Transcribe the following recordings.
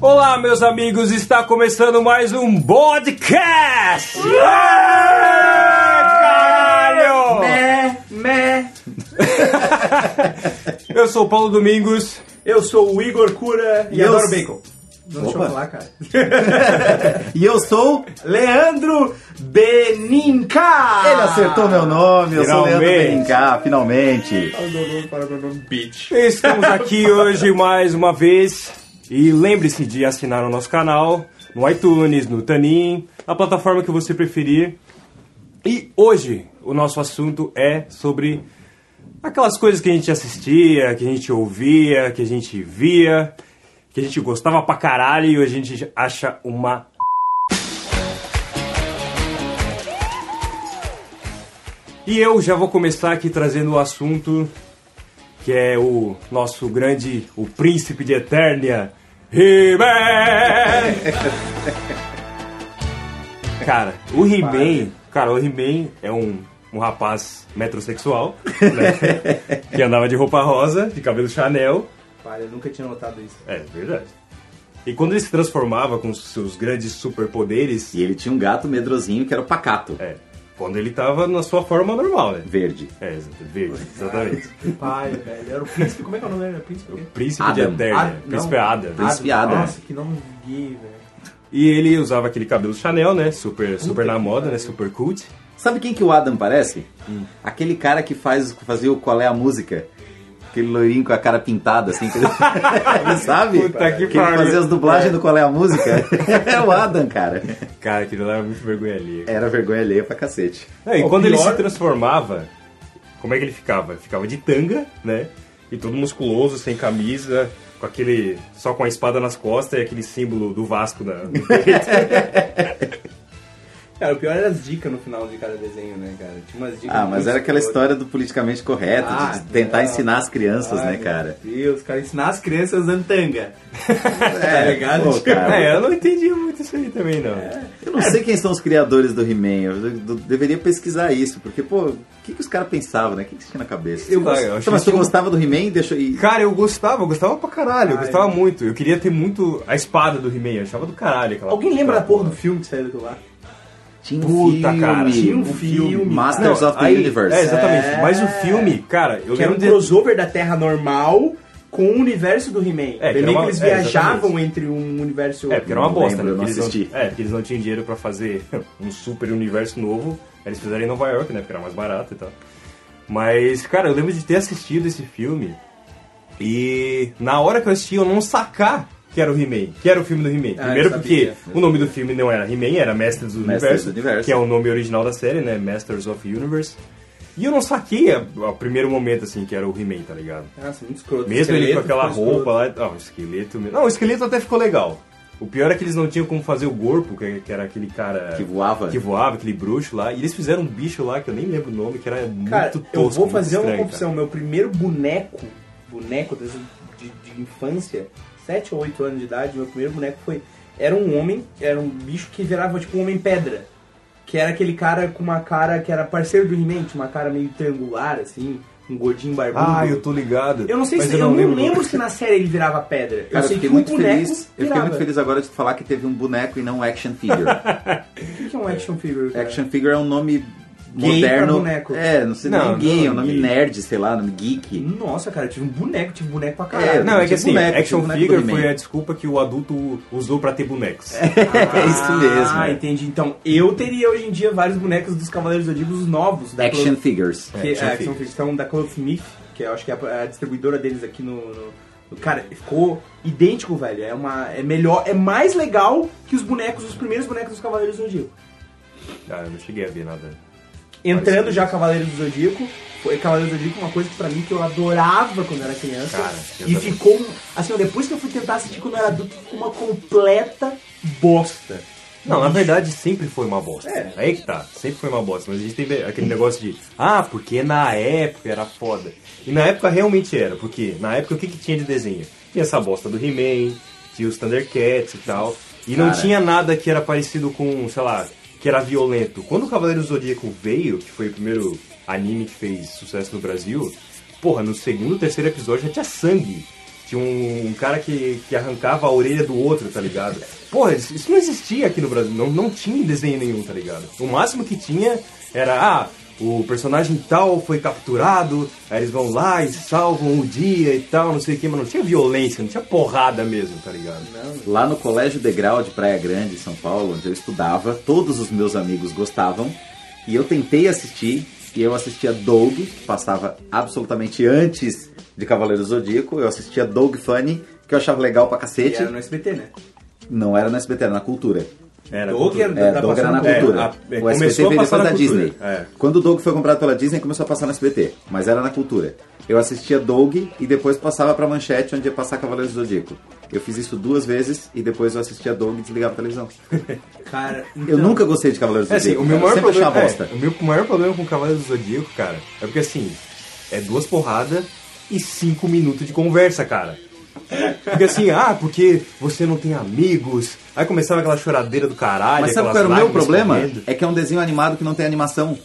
Olá, meus amigos, está começando mais um podcast! Caralho! Mé, Eu sou o Paulo Domingos. Eu sou o Igor Cura e, E eu adoro s- bacon. Não deixa eu falar, cara. E eu sou Leandro Beninca. Ele acertou meu nome, eu sou Finalmente. Leandro Brincar, finalmente. Estamos aqui hoje mais uma vez. E lembre-se de assinar o nosso canal no iTunes, no Tanin, na plataforma que você preferir. E hoje o nosso assunto é sobre aquelas coisas que a gente assistia, que a gente ouvia, que a gente via, que a gente gostava pra caralho e hoje a gente acha uma. E eu já vou começar aqui trazendo o assunto que é o nosso grande, o príncipe de Eternia, He-Man! cara, o He-Man, cara, o He-Man é um, um rapaz metrosexual, né? que andava de roupa rosa, de cabelo Chanel, Para, eu nunca tinha notado isso. é verdade. E quando ele se transformava com seus grandes superpoderes, E ele tinha um gato medrosinho que era o pacato, é, quando ele tava na sua forma normal, né? verde. É, exa- verde, exatamente. Pai, velho, era o príncipe. Como é que é o nome dele? Era o príncipe? o quê? Príncipe de Adam. Eternia, Ad- não. príncipe Adam. Príncipe Ah, Adam. Nossa, que nome gay, velho. E ele usava aquele cabelo Chanel, né? Super, super na que moda, pariu. né? Super cult. Sabe quem que o Adam parece? Hum. Aquele cara que faz, fazia o Qual é a Música. Aquele loirinho com a cara pintada, assim. Que ele... Sabe? Puta que ele pariu. fazia as dublagens do Qual é a Música. é o Adam, cara. Cara, aquilo lá era muito vergonha ali. Era vergonha alheia pra cacete. e Pô, quando ele pior- se transformava, como é que ele ficava? Ficava de tanga, né? E todo musculoso, sem camisa, com aquele. só com a espada nas costas e aquele símbolo do Vasco na. Cara, o pior era as dicas no final de cada desenho, né, cara? Tinha umas dicas. Ah, mas muito era aquela boas. história do politicamente correto, Ah, de tentar não. ensinar as crianças, né, Ai, cara? Meu Deus, cara, ensinar as crianças usando tanga. É, ligado? pô, cara. é, eu não entendi muito isso aí também, não. É. Eu não sei quem são os criadores do He-Man. Eu de- de- deveria pesquisar isso, porque, pô, o que, que os caras pensavam, né? O que, que tinha na cabeça? Eu gosto- eu então, mas acho tu que- gostava do He-Man e deixou. E... Cara, eu gostava, eu gostava pra caralho, eu Ai, gostava meu. muito. Eu queria ter muito a espada do He-Man, eu achava do caralho aquela. Alguém lembra da porra do filme que saiu do lá? Tinha Puta, cara, tinha um filme, Masters Não, of the aí- Universe. É, exatamente. É. Mas o filme, cara, eu Que era um lembro de. crossover da Terra normal com o universo do He-Man. É, que era Também que uma- eles é, viajavam entre um universo e É, outro. porque era uma Não bosta, lembro, né? eu não Porque eles assisti. é, porque eles não tinham dinheiro pra fazer um super universo novo. Aí Eles fizeram em Nova York, né? Porque era mais barato e tal. Mas, cara, eu lembro de ter assistido esse filme. E na hora que eu assisti, eu não sacar que era o He-Man, que era o filme do He-Man. Ah, Primeiro eu porque sabia. o nome do filme não era He-Man, era Mestres do, Universo, Mestres do Universo. que é o nome original da série, né? Masters of Universe. E eu não saquei a- ao primeiro momento, assim, que era o He-Man, tá ligado? Nossa, muito escroto. Mesmo ele com Esqueleto, aquela ficou escroto. roupa lá. Não, o esqueleto mesmo. Não, o esqueleto até ficou legal. O pior é que eles não tinham como fazer o corpo, que, que era aquele cara. Que voava. Que voava, aquele bruxo lá. E eles fizeram um bicho lá que eu nem lembro o nome, que era Cara, muito tosco. eu vou muito fazer uma estranho, confissão. Meu primeiro boneco, boneco desde de, de infância, 7 ou 8 anos de idade, meu primeiro boneco foi. Era um homem, era um bicho que virava tipo um homem pedra. Que era aquele cara com uma cara que era parceiro do He-Man, tinha uma cara meio triangular, assim, um gordinho barbudo. Cara. Ah, eu tô ligado. Eu não sei Mas se eu não lembro, o nome. se na série ele virava pedra. eu Cara, eu sei fiquei que muito o boneco feliz. Eu fiquei virava. muito feliz agora de tu falar que teve um boneco e não um action figure. O que que é um action figure? cara? action figure é um nome Gay moderno. pra boneco. É, não sei Não, nem gay, não é um nome gay. nerd, sei lá, nome geek. Nossa, cara, eu tive um boneco, tive um boneco pra caralho. É, Não, é que Tinha assim, boneco, action tinha boneco figure do He-Man. foi a desculpa que o adulto usou pra ter bonecos. é isso mesmo. Ah, é. entendi. Então, eu teria hoje em dia vários bonecos dos Cavaleiros Zodíacos novos. Da Action figures. Clo- que, Action é, action Figures. Então, da Clothesmith, que eu acho que é a, a distribuidora deles aqui no, no- no- Cara, ficou idêntico, velho. É, uma, é melhor, é mais legal que os bonecos, os primeiros bonecos dos Cavaleiros do Zodíaco. ah, eu não cheguei a ver nada. Entrando Parecido. já Cavaleiros do Zodíaco, foi Cavaleiros do Zodíaco é uma coisa que pra mim que eu adorava quando eu era criança. Cara, eu e também. ficou, um- assim, ó, depois que eu fui tentar assistir quando eu era adulto, ficou uma completa bosta. Não, na verdade sempre foi uma bosta. É. Aí que tá, sempre foi uma bosta. Mas a gente tem aquele negócio de, ah, porque na época era foda. E na época realmente era, porque na época o que, que tinha de desenho? Tinha essa bosta do He-Man, tinha os Thundercats e tal. E não Cara. tinha nada que era parecido com, sei lá, que era violento. Quando o Cavaleiro do Zodíaco veio, que foi o primeiro anime que fez sucesso no Brasil, porra, no segundo, terceiro episódio já tinha sangue. Tinha um cara que, que arrancava a orelha do outro, tá ligado? Porra, isso isso não existia aqui no Brasil, não, não tinha em desenho nenhum, tá ligado? O máximo que tinha era, ah, o personagem tal foi capturado, aí eles vão lá e salvam o dia e tal, não sei o que, mas não tinha violência, não tinha porrada mesmo, tá ligado? Lá no Colégio Degrau de Praia Grande, em São Paulo, onde eu estudava, todos os meus amigos gostavam. E eu tentei assistir, e eu assistia Doug, que passava absolutamente antes de Cavaleiro do Zodíaco. Eu assistia Doug Funny, que eu achava legal pra E cacete. era no SBT, né? não era na SBT, era na cultura. Era Doug cultura. era- É, Tá Doug era na passando- é, cultura. a- é, o SBT começou a veio passar depois da na cultura, Disney. é. Quando o Doug foi comprado pela Disney, começou a passar no SBT, mas era na cultura. Eu assistia Doug e depois passava pra manchete onde ia passar Cavaleiros do Zodíaco. Eu fiz isso duas vezes e depois eu assistia Doug e desligava a televisão. Cara, Eu nunca gostei de Cavaleiros do É assim, Zodíaco. o meu cara. maior Sempre achei problema. uma bosta. é, o meu maior problema com Cavaleiro do Zodíaco, cara, é porque assim, é duas porradas e cinco minutos de conversa, cara. Porque assim, ah, porque você não tem amigos. Aí começava aquela choradeira do caralho. Mas sabe É, aquelas qual era o meu lágrimas problema? correndo. É que é um desenho animado que não tem animação.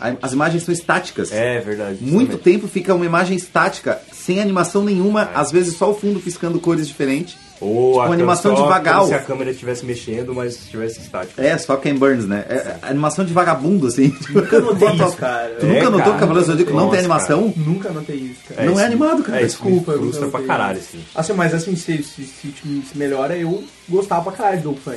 A- As imagens são estáticas. É verdade. isso Muito também. tempo fica uma imagem estática, sem animação nenhuma, às vezes só o fundo piscando cores diferentes. Ou tipo, a uma animação só devagar. como se a câmera estivesse mexendo, mas estivesse estática. É, só Ken Burns, né? É, é animação de vagabundo, assim. nunca notei Bota- isso, cara. Tu É, nunca notou cara. que Cavaleiros do Zodíaco não Nossa, tem animação? Nunca notei isso, cara. Não é isso- animado, cara. É, isso Desculpa, me eu frustra não pra sei. caralho, assim. Assim, mas assim, se, se, se, te- se melhora, eu gostava pra caralho do Dolphine.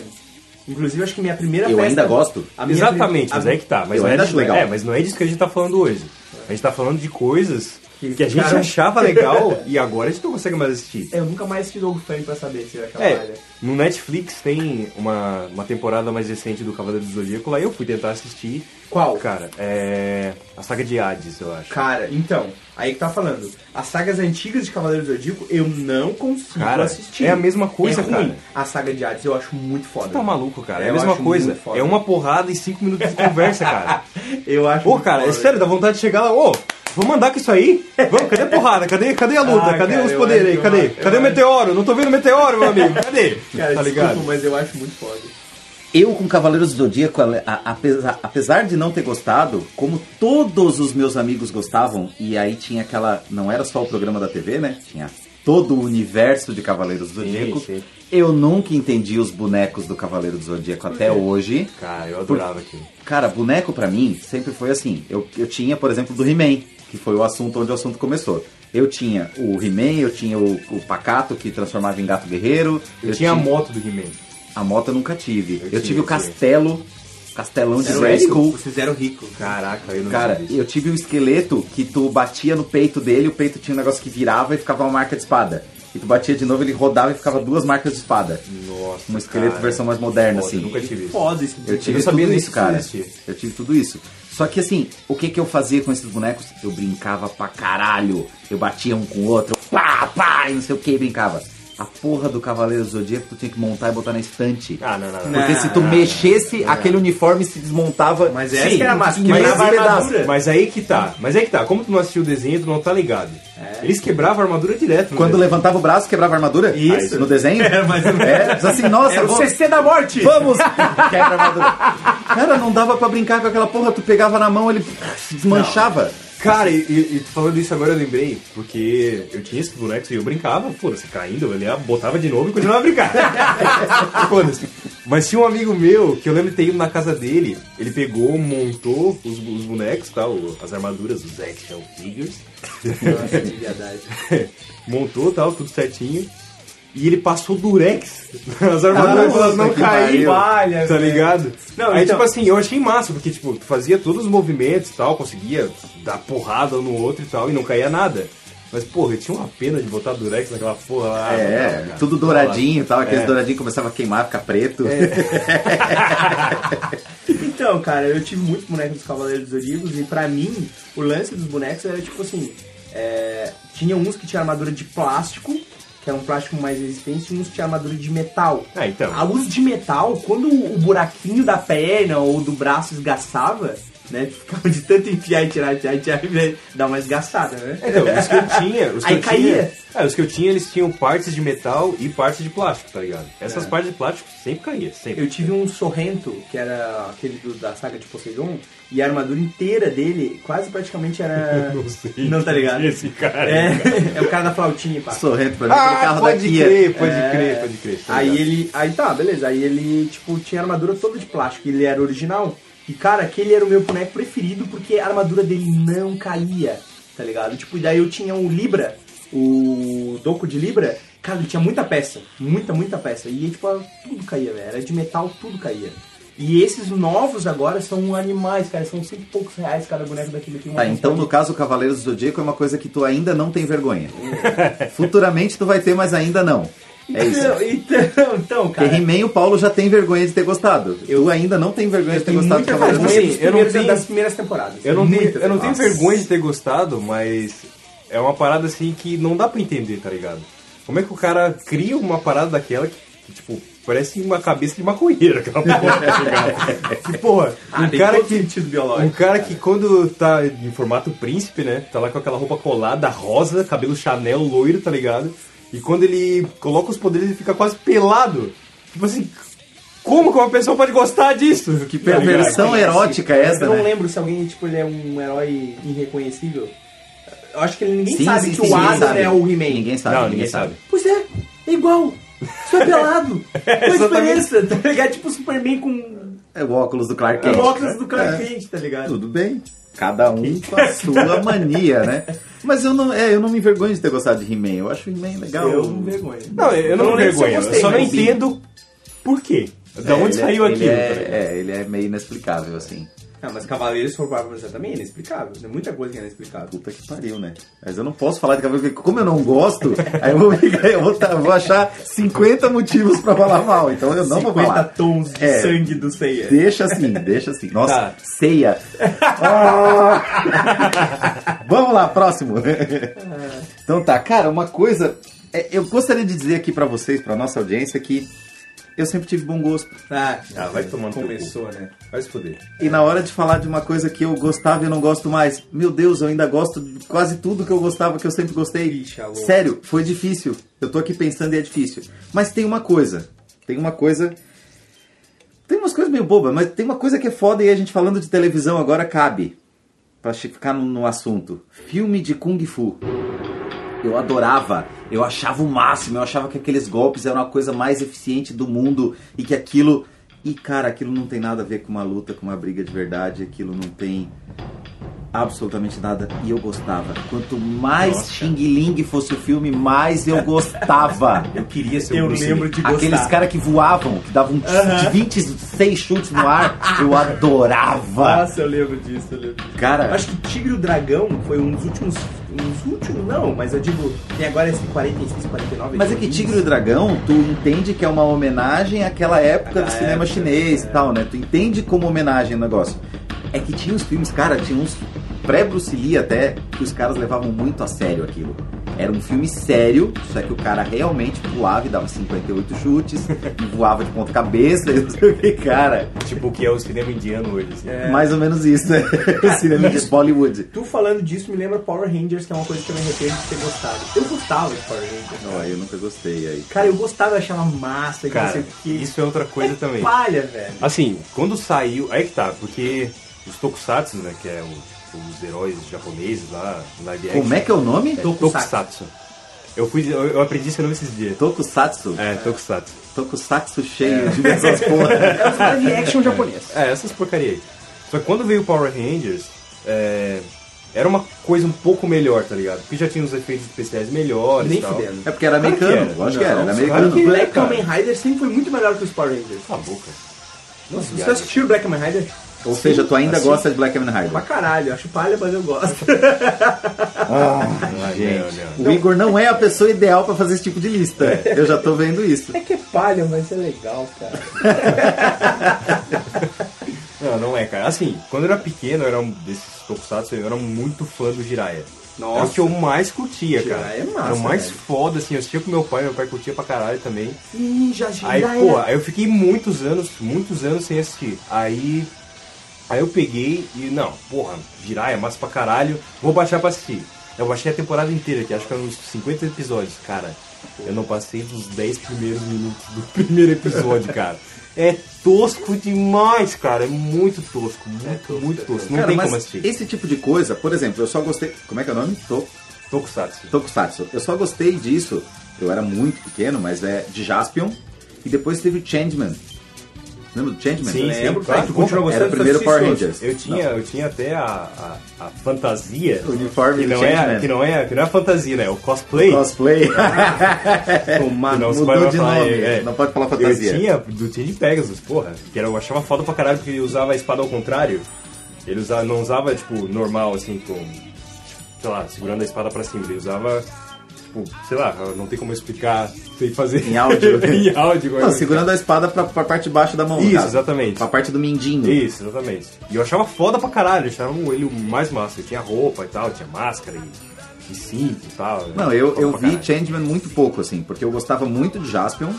Inclusive, acho que minha primeira Eu festa... ainda gosto. a minha Exatamente, prim- mas a- aí que tá. Mas Eu não é, ainda disso- acho legal. é, mas não é disso que a gente tá falando hoje. A gente tá falando de coisas Que que a gente ficaram- achava legal e agora a gente não consegue mais assistir. É, Eu nunca mais assisti Dolphine pra saber se eu ia acabar. É, né? no Netflix tem uma, uma temporada mais recente do Cavaleiro do Zodíaco, lá eu fui tentar assistir. Qual? Cara, é. A saga de Hades, eu acho. Cara, então, aí que tá falando. As sagas antigas de Cavaleiros do Zodíaco, eu não consigo Cara, assistir. é a mesma coisa, É ruim. cara. A saga de Hades eu acho muito foda. Tá maluco, cara. É Eu a mesma acho coisa. muito foda. É uma porrada e cinco minutos de conversa, cara. Eu acho Ô, muito cara, é foda. sério, dá vontade de chegar lá, ô, vamos andar com isso aí? É. Vamos, cadê a porrada? Cadê, cadê a luta? Ah, cadê cara, os eu poderes aí? acho- Cadê? eu acho- cadê o eu meteoro? Não tô vendo o meteoro, meu amigo. Cadê? Cara, tá desculpa, ligado? mas eu acho muito foda. Eu com Cavaleiros do Zodíaco, ale- a- apesar, apesar de não ter gostado, como todos os meus amigos gostavam, e aí tinha aquela. Não era só o programa da TV, né? Tinha todo o universo de Cavaleiros do Zodíaco. sim. Eu nunca entendi os bonecos do Cavaleiro do Zodíaco até hoje. Cara, eu adorava aquilo. Cara, boneco pra mim sempre foi assim. Eu, eu tinha, por exemplo, do He-Man, que foi o assunto onde o assunto começou. Eu tinha o He-Man, eu tinha o, o Pacato que transformava em gato guerreiro. Eu, tinha a moto do He-Man. a moto eu nunca tive. Eu, Eu tive tinha, o castelo, castelão de Zé Sério? School. Vocês eram ricos. Caraca, eu não Cara, sabia disso. eu tive um esqueleto que tu batia no peito dele, o peito tinha um negócio que virava e ficava uma marca de espada. E tu batia de novo, ele rodava e ficava duas marcas de espada. Nossa. Um esqueleto cara. versão mais moderna, Foda, assim. Nunca tive isso. Foda né? isso. Eu tive não sabia tudo nem isso, que cara. isso existia. Eu tive tudo isso. Só que assim, o que que eu fazia com esses bonecos? Eu brincava pra caralho. Eu batia um com o outro, pá, pá, e não sei o que, brincava. A porra do Cavaleiro do Zodíaco tu tinha que montar e botar na estante. Ah, não, não, não. Porque Não, É. se tu não, mexesse, aquele uniforme se desmontava. Mas essa que era a massa, em quebrava meses a e pedaços. armadura. Mas aí que tá. Mas aí que tá. Como tu não assistiu o desenho, tu não tá ligado. Eles quebravam a armadura direto. no É. Quando desenho. levantava o braço, quebrava a armadura? Isso. Ah, No desenho? É, mas- É, assim, nossa, Era o vou- CC é da morte! Vamos! Quebra a armadura. Cara, não dava pra brincar com aquela porra, tu pegava na mão, ele desmanchava. Cara, e, e- e falando isso agora eu lembrei, porque eu tinha esses bonecos e eu brincava, foda-se, caindo, eu ia, botava de novo e continuava a brincar. foda-se. Mas tinha um amigo meu, que eu lembro de ter ido na casa dele, ele pegou, montou os, os bonecos, tá, o- as armaduras, os action figures, Nossa, de verdade. montou tal, tudo certinho. E ele passou durex nas armaduras pra elas não que cair, pariu. tá Valha, ligado? É. Não, Aí, então- tipo assim, eu achei massa, porque, tipo, tu fazia todos os movimentos e tal, conseguia dar porrada um no outro e tal, e não caía nada. Mas, porra, eu tinha uma pena de botar durex naquela porra lá. É, não, cara. tudo douradinho e tal. Aqueles É. douradinhos começavam a queimar, ficar preto. Então, cara, eu tive muitos bonecos dos Cavaleiros dos Olivos e pra mim, o lance dos bonecos era tipo assim: é, tinha uns que tinha armadura de plástico, que era um plástico mais resistente, e uns que tinha armadura de metal. Ah, então. A luz de metal, quando o buraquinho da perna ou do braço esgaçava, né? Ficava de tanto enfiar e tirar, tirar, tirar, né? dá uma desgastada, né? Então, os que eu tinha. Os que Aí eu caía. Tinha, é, os que eu tinha, eles tinham partes de metal e partes de plástico, tá ligado? Essas partes de plástico sempre caía, sempre. Eu tive um Sorrento, que era aquele do- da saga de Poseidon, e a armadura inteira dele quase praticamente era. Não sei. Não tá ligado? Esse cara. É, é o cara da flautinha, pá. Sorrento pra mim, aquele Ah, carro é- da pode Kia. crer, pode crer, pode crer. tá Aí ligado? ele. Aí tá, beleza. Aí ele, tipo, tinha a armadura toda de plástico. Ele era original. E, cara, aquele era o meu boneco preferido porque a armadura dele não caía, tá ligado? Tipo, e daí eu tinha o Libra, o Doco de Libra. Cara, ele tinha muita peça. Muita, muita peça. E, tipo, tudo caía, velho. Era de metal, tudo caía. E esses novos agora são animais, cara. São cento e poucos reais cada boneco daquele aqui. Tá, então no caso o Cavaleiros do Zodíaco é uma coisa que tu ainda não tem vergonha. Futuramente tu vai ter, mas ainda não. É isso. Então, então, então, Porque cara. He-Man e o Paulo já tem vergonha de ter gostado. Tu ainda não tem vergonha de ter Tem gostado de muita Cavaleiros do vergonha Zodíaco. dos eu não primeiros- tenho- das primeiras temporadas. Eu não, tenho, Muita eu não tenho vergonha. vergonha de ter gostado, mas é uma parada assim que não dá pra entender, tá ligado? Como é que o cara cria uma parada daquela que, que, tipo, parece uma cabeça de maconheiro, aquela porra, tá ligado? Que porra, Ah, um tem cara todo que. sentido biológico, Um cara que quando tá em formato príncipe, né? Tá lá com aquela roupa colada, rosa, cabelo Chanel, loiro, tá ligado? E quando ele coloca os poderes, ele fica quase pelado. Tipo assim, como que uma pessoa pode gostar disso? Tá Que perversão erótica é essa, Eu não né? lembro se alguém, tipo, ele é um herói irreconhecível. Eu acho que ele, ninguém Sim, sabe sim, que sim, o ninguém Adam sabe. é o He-Man. Ninguém sabe, Não, ninguém ninguém sabe. Pois é, é igual. Só é pelado. Qual a exatamente. diferença? Tá ligado? Tipo Superman com É o óculos do Clark Kent. boxes do Clark É. Kent, tá ligado? Tudo bem. Cada um com a sua mania, né? Mas eu não, é, eu não me envergonho de ter gostado de He-Man. Eu acho o He-Man legal. Eu não vergonho. Não, eu não, Eu não me lembro se eu vergonho. Eu, gostei, só não mas- entendo por quê. Da É, onde ele é- saiu ele aquilo. tá É, ligado? é, ele é meio inexplicável, assim. Ah, mas Cavaleiros se for parar pra pensar também é inexplicável. Tem muita coisa que é inexplicável. Puta que pariu, né? Mas eu não posso falar de cabelo, porque como eu não gosto, aí eu vou, brigar, eu vou, tá- eu vou achar 50 motivos pra falar mal. Então eu não vou 50 falar. tons de É. sangue do Seiya. Deixa assim, deixa assim. Nossa, Tá. ceia. Ah! Vamos lá, próximo. então tá, cara, uma coisa. é, eu gostaria de dizer aqui pra vocês, pra nossa audiência, que eu sempre tive bom gosto. Ah, Ah, vai tomando teu Começou, né? Vai se fuder. E na hora de falar de uma coisa que eu gostava e eu não gosto mais, meu Deus, eu ainda gosto de quase tudo que eu gostava, que eu sempre gostei. Ixi, alô. Sério, foi difícil. Eu tô aqui pensando e é difícil. Mas tem uma coisa. Tem uma coisa. Tem umas coisas meio bobas, mas tem uma coisa que é foda e a gente falando de televisão agora cabe. Pra chi- ficar no, no assunto. Filme de Kung Fu. Eu adorava, eu achava o máximo, eu achava que aqueles golpes eram a coisa mais eficiente do mundo e que aquilo. E cara, aquilo não tem nada a ver com uma luta, com uma briga de verdade, aquilo não tem absolutamente nada. E eu gostava. Quanto mais Xing Ling fosse o filme, mais eu gostava. Eu queria ser Eu um Bruce lembro Lee. de gostar. Aqueles caras que voavam, que davam de 26 chutes no ar, eu adorava. Nossa, eu lembro disso, eu lembro disso. Eu Cara, Acho que Tigre e o Dragão foi um dos últimos. Um dos últimos, não, mas eu digo, tem agora esse 46, 49. Mas é que Tigre e o Dragão, tu entende que é uma homenagem àquela época do Aquela cinema época, chinês e tal, né? Tu entende como homenagem o negócio. É que tinha uns filmes, cara, tinha uns pré-Bruce Lee até, que os caras levavam muito a sério aquilo. Era um filme sério, só que o cara realmente pulava e dava 58 chutes, e voava de ponta cabeça, e não sei o que, cara. Tipo o que é o cinema indiano hoje. Assim. Mais ou menos isso, né? O cinema de Bollywood. Tu falando disso me lembra Power Rangers, que é uma coisa que eu me arrependo de ter gostado. Eu gostava de Power Rangers. Não, aí eu nunca gostei aí. Cara, eu gostava, eu achava massa, e não sei Cara, o que. isso é outra coisa também. Palha, velho. Assim, quando saiu, aí que tá, porque os tokusatsu, né, que é o- tipo, os heróis japoneses lá, live action. Como é que é o nome? Tokusatsu. Eu, fui, eu, eu aprendi esse nome esses dias. Tokusatsu. É, Tokusatsu. Tokusatsu cheio de essas porra. É um live action japonês. É, essas porcaria aí. Só que quando veio o Power Rangers, é, era uma coisa um pouco melhor, tá ligado? Porque já tinha uns efeitos especiais melhores Nem e tal. fudendo. É porque era Claro que americano, era. lógico que era, era Não, americano. claro que Black cara. Kamen Rider sempre foi muito melhor que os Power Rangers. Cala a boca. Nossa, você viado. assistiu Black Kamen Rider? é. Ou seja, tu ainda Assim, gosta de Black Kamen Pra Rider. caralho, eu acho palha, mas eu gosto. Ah, Gente, não, não. o Igor não é a pessoa ideal pra fazer esse tipo de lista. Eu já tô vendo isso. É que é palha, mas é legal, cara. Não, não é, cara. Assim, quando eu era pequeno, eu era um desses tokusatsu, eu era muito fã do Jiraiya. Nossa. Era o que eu mais curtia, Jiraiya cara. é massa, era o mais velho. foda, assim, eu assistia com meu pai, meu pai curtia pra caralho também. Ninja Aí, Jiraiya. pô, aí eu fiquei muitos anos, muitos anos sem assistir. Aí Aí eu peguei e, não, porra, virar é massa pra caralho, vou baixar pra assistir. Eu baixei a temporada inteira, que acho que eram uns 50 episódios, cara. Eu não passei dos 10 primeiros minutos do primeiro episódio, cara. É tosco demais, cara. É muito tosco, muito, muito tosco. Não Cara, tem mas como assistir. esse tipo de coisa, por exemplo, eu só gostei. Como é que é o nome? Tô, Tokusatsu. Tokusatsu. Eu só gostei disso. Eu era muito pequeno, mas é de Jaspion. E depois teve o Changeman. Lembra do Changeman? Sim, sim. Lembro, claro. tu continua gostando Era o primeiro dessas Power pessoas. Rangers. Eu tinha, eu tinha até a, a, a fantasia. O uniforme que do não, é, Changeman. que, não é, que não é a fantasia, né? É o cosplay. Cosplay. Que não se Mudou pode de falar, nome. é, é. Não pode falar fantasia. Eu tinha do time Pegasus, porra. Que era, eu achava foda pra caralho porque ele usava a espada ao contrário. Ele usava, não usava, tipo, normal, assim, com. Sei lá, segurando a espada pra cima. Ele usava. Tipo, sei lá, não tem como eu explicar sem fazer. Em áudio. né? em áudio, Não, agora. segurando a espada pra, pra parte de baixo da mão. no Isso, caso. exatamente. Pra parte do mindinho. Isso, exatamente. E eu achava foda pra caralho, eu achava ele o mais massa. Eu tinha roupa e tal, tinha máscara e, e cinto e tal. né? Não, eu, Foda eu pra vi caralho. Changeman muito pouco, assim, porque eu gostava muito de Jaspion,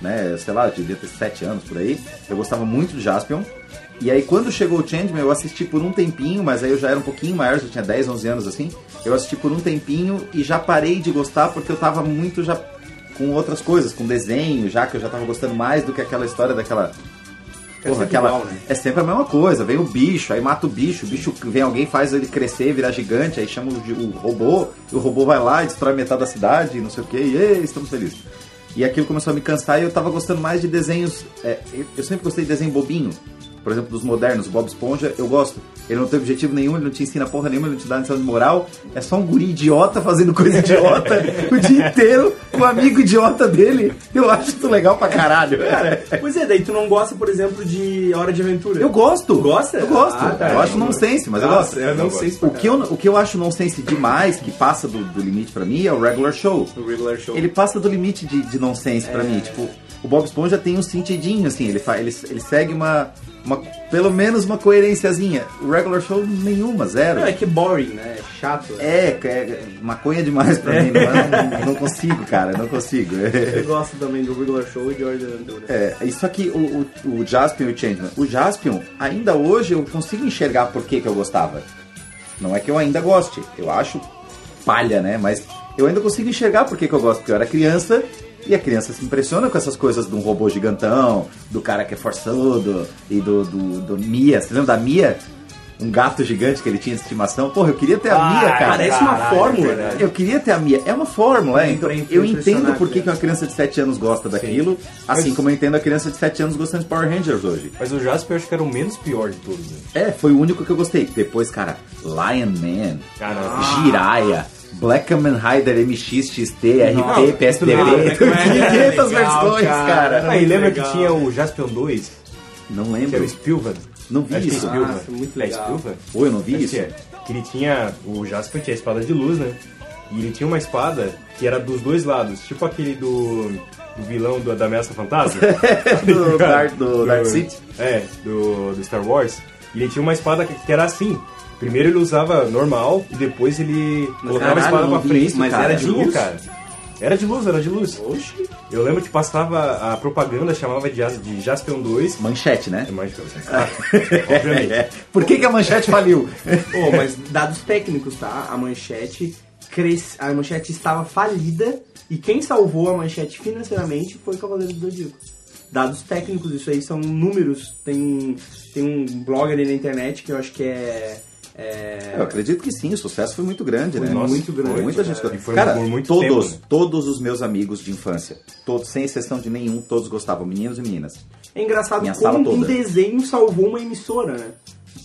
né? Sei lá, eu devia ter 7 anos por aí. Eu gostava muito de Jaspion. E aí, quando chegou o Changeman, eu assisti por um tempinho, mas aí eu já era um pouquinho maior, eu tinha 10, 11 anos, assim. Eu assisti por um tempinho e já parei de gostar porque eu tava muito já com outras coisas, com desenho, já que eu já tava gostando mais do que aquela história daquela Porra, sempre aquela, igual, né? É sempre a mesma coisa. Vem o bicho, aí mata o bicho, o bicho vem alguém, faz ele crescer, virar gigante, aí chama o, de- o robô, e o robô vai lá e destrói metade da cidade, e não sei o que, e ei, estamos felizes. E aquilo começou a me cansar e eu tava gostando mais de desenhos. é, eu- eu sempre gostei de desenho bobinho. Por exemplo, dos modernos, o Bob Esponja, eu gosto. Ele não tem objetivo nenhum, ele não te ensina porra nenhuma, ele não te dá lição de moral. É só um guri idiota fazendo coisa idiota o dia inteiro com o amigo idiota dele. Eu acho isso legal pra caralho. Cara, pois é, daí tu não gosta, por exemplo, de Hora de Aventura. Eu gosto. Gosta? Eu gosto. Ah, tá. eu acho nonsense, mas Nossa, eu eu gosto. não sei se O que eu, o que eu acho nonsense demais, que passa do, do limite pra mim, é o regular show. O regular show. Ele passa do limite de, de nonsense pra É. mim. Tipo, o Bob Esponja tem um sentidinho, assim, ele, fa, ele, ele segue uma, uma. pelo menos uma coerênciazinha. O regular show nenhuma, zero. Não, é que boring, né? É chato. né? É, é maconha demais pra mim. É. Não, não- não consigo, cara, não consigo. Eu gosto também do regular show e de Hora de Aventura. É, e só que o, o, o Jaspion e o Changeman. O Jaspion, ainda hoje eu consigo enxergar por que, que eu gostava. Não é que eu ainda goste, eu acho palha, né? Mas eu ainda consigo enxergar por que, que eu gosto, porque eu era criança e a criança se impressiona com essas coisas de um robô gigantão, do cara que é forçudo e do, do, do Mia. Você lembra da Mia? Um gato gigante que ele tinha de estimação. Porra, eu queria ter a Mia, Ah, cara. Parece uma Caralho, fórmula, é verdade. Eu queria ter a minha. É uma fórmula, é. Então, pra eu entendo impressionar por que a criança. que uma criança de 7 anos gosta daquilo, assim como eu entendo a criança de 7 anos gostando de Power Rangers hoje. Mas o Jasper eu acho que era o menos pior de todos. né? É, foi o único que eu gostei. Depois, cara, Lion Man, Caramba. Jiraya, Black Kamen Rider MXXT, Não, RT, PSDB, não, Black Kamen Rider é 500 legal, versões, cara. cara. é Era Ah, e muito lembra legal. que tinha o Jaspion 2, Não que era lembro. o Spielberg? Não vi Acho que é isso. Spielberg. Nossa, Ah, muito É legal. Spielberg? Ou eu não vi Acho isso? Que, é. que ele tinha. O Jasper tinha a espada de luz, né? E ele tinha uma espada que era dos dois lados, tipo aquele do. do vilão do, da Ameaça Fantasma. Tá Do Dark- do Dark City? É, do, do Star Wars. E ele tinha uma espada que, que era assim. Primeiro ele usava normal e depois ele colocava caralho, a espada não pra vi frente. isso, mas cara. era de Tinha, luz? cara. Era de luz, era de luz. Oxi. Eu lembro que passava a propaganda, chamava de, Jas- de Jaspion 2. Manchete, né? É mais que eu sei. Ah, obviamente. Por que, que a manchete faliu? Pô, mas dados técnicos, tá? A manchete cres... a manchete estava falida e quem salvou a manchete financeiramente foi o Cavaleiro do Zodíaco. Dados técnicos, isso aí são números. Tem um, tem um blog ali na internet que eu acho que é. é... Eu acredito que sim, o sucesso foi muito grande, né? Nossa, muito grande, Muita cara. gente gostou. é. E foi cara, por muito todos, tempo, né? todos os meus amigos de infância, todos, sem exceção de nenhum, todos gostavam, meninos e meninas. É engraçado Minha sala como um toda. desenho salvou uma emissora, né?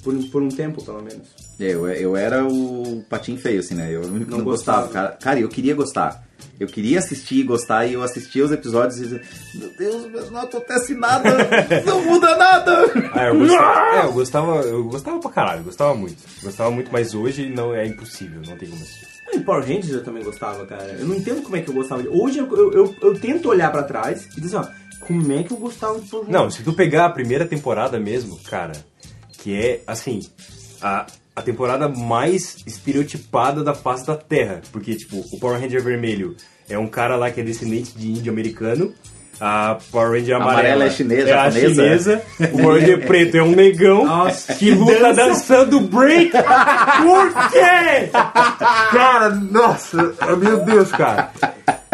Por, por um tempo, pelo menos. Eu, eu era o patinho feio, assim, né? Eu não, Não não gostava. gostava. Cara, cara, eu queria gostar. Eu queria assistir e gostar, e eu assistia os episódios e dizia, meu Deus, mas não acontece nada, não muda nada. Ah, eu gostava, é, eu gostava, eu gostava pra caralho, gostava muito. Gostava muito, mas hoje não é impossível, não tem como assistir. Ah, E Power Rangers eu também gostava, cara. Eu não entendo como é que eu gostava de. Hoje eu, eu, eu, eu tento olhar pra trás e dizer, ó, como é que eu gostava de Power Rangers? Não, se tu pegar a primeira temporada mesmo, cara, que é assim, a, a temporada mais estereotipada da face da Terra. Porque, tipo, o Power Ranger Vermelho é um cara lá que é descendente de índio americano. A Power Ranger Amarela amarela, é chinesa, é a japonesa? chinesa. O Power Ranger preto é um negão que luta dançando break. Por quê? Cara, nossa, meu Deus, cara.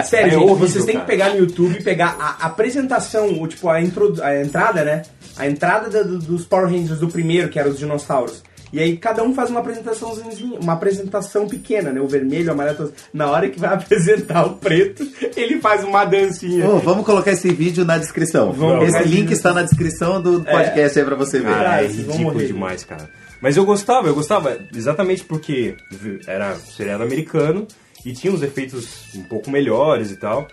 Sério, É gente, horrível, vocês têm cara. que pegar no YouTube, pegar a apresentação, ou tipo, a, intro, a entrada, né? A entrada da- do- dos Power Rangers do primeiro, que eram os dinossauros. E aí cada um faz uma apresentaçãozinha, uma apresentação pequena, né? O vermelho, o amarelo, todos. na hora que vai apresentar o preto, ele faz uma dancinha. Oh. Ô, vamos colocar esse vídeo na descrição. Vamos. esse link está na descrição do podcast aí pra você ver. Caralho. Cara, é vocês vão ridículo morrer. demais, cara. Mas eu gostava, eu gostava exatamente porque era seriado americano e tinha uns efeitos um pouco melhores e tal.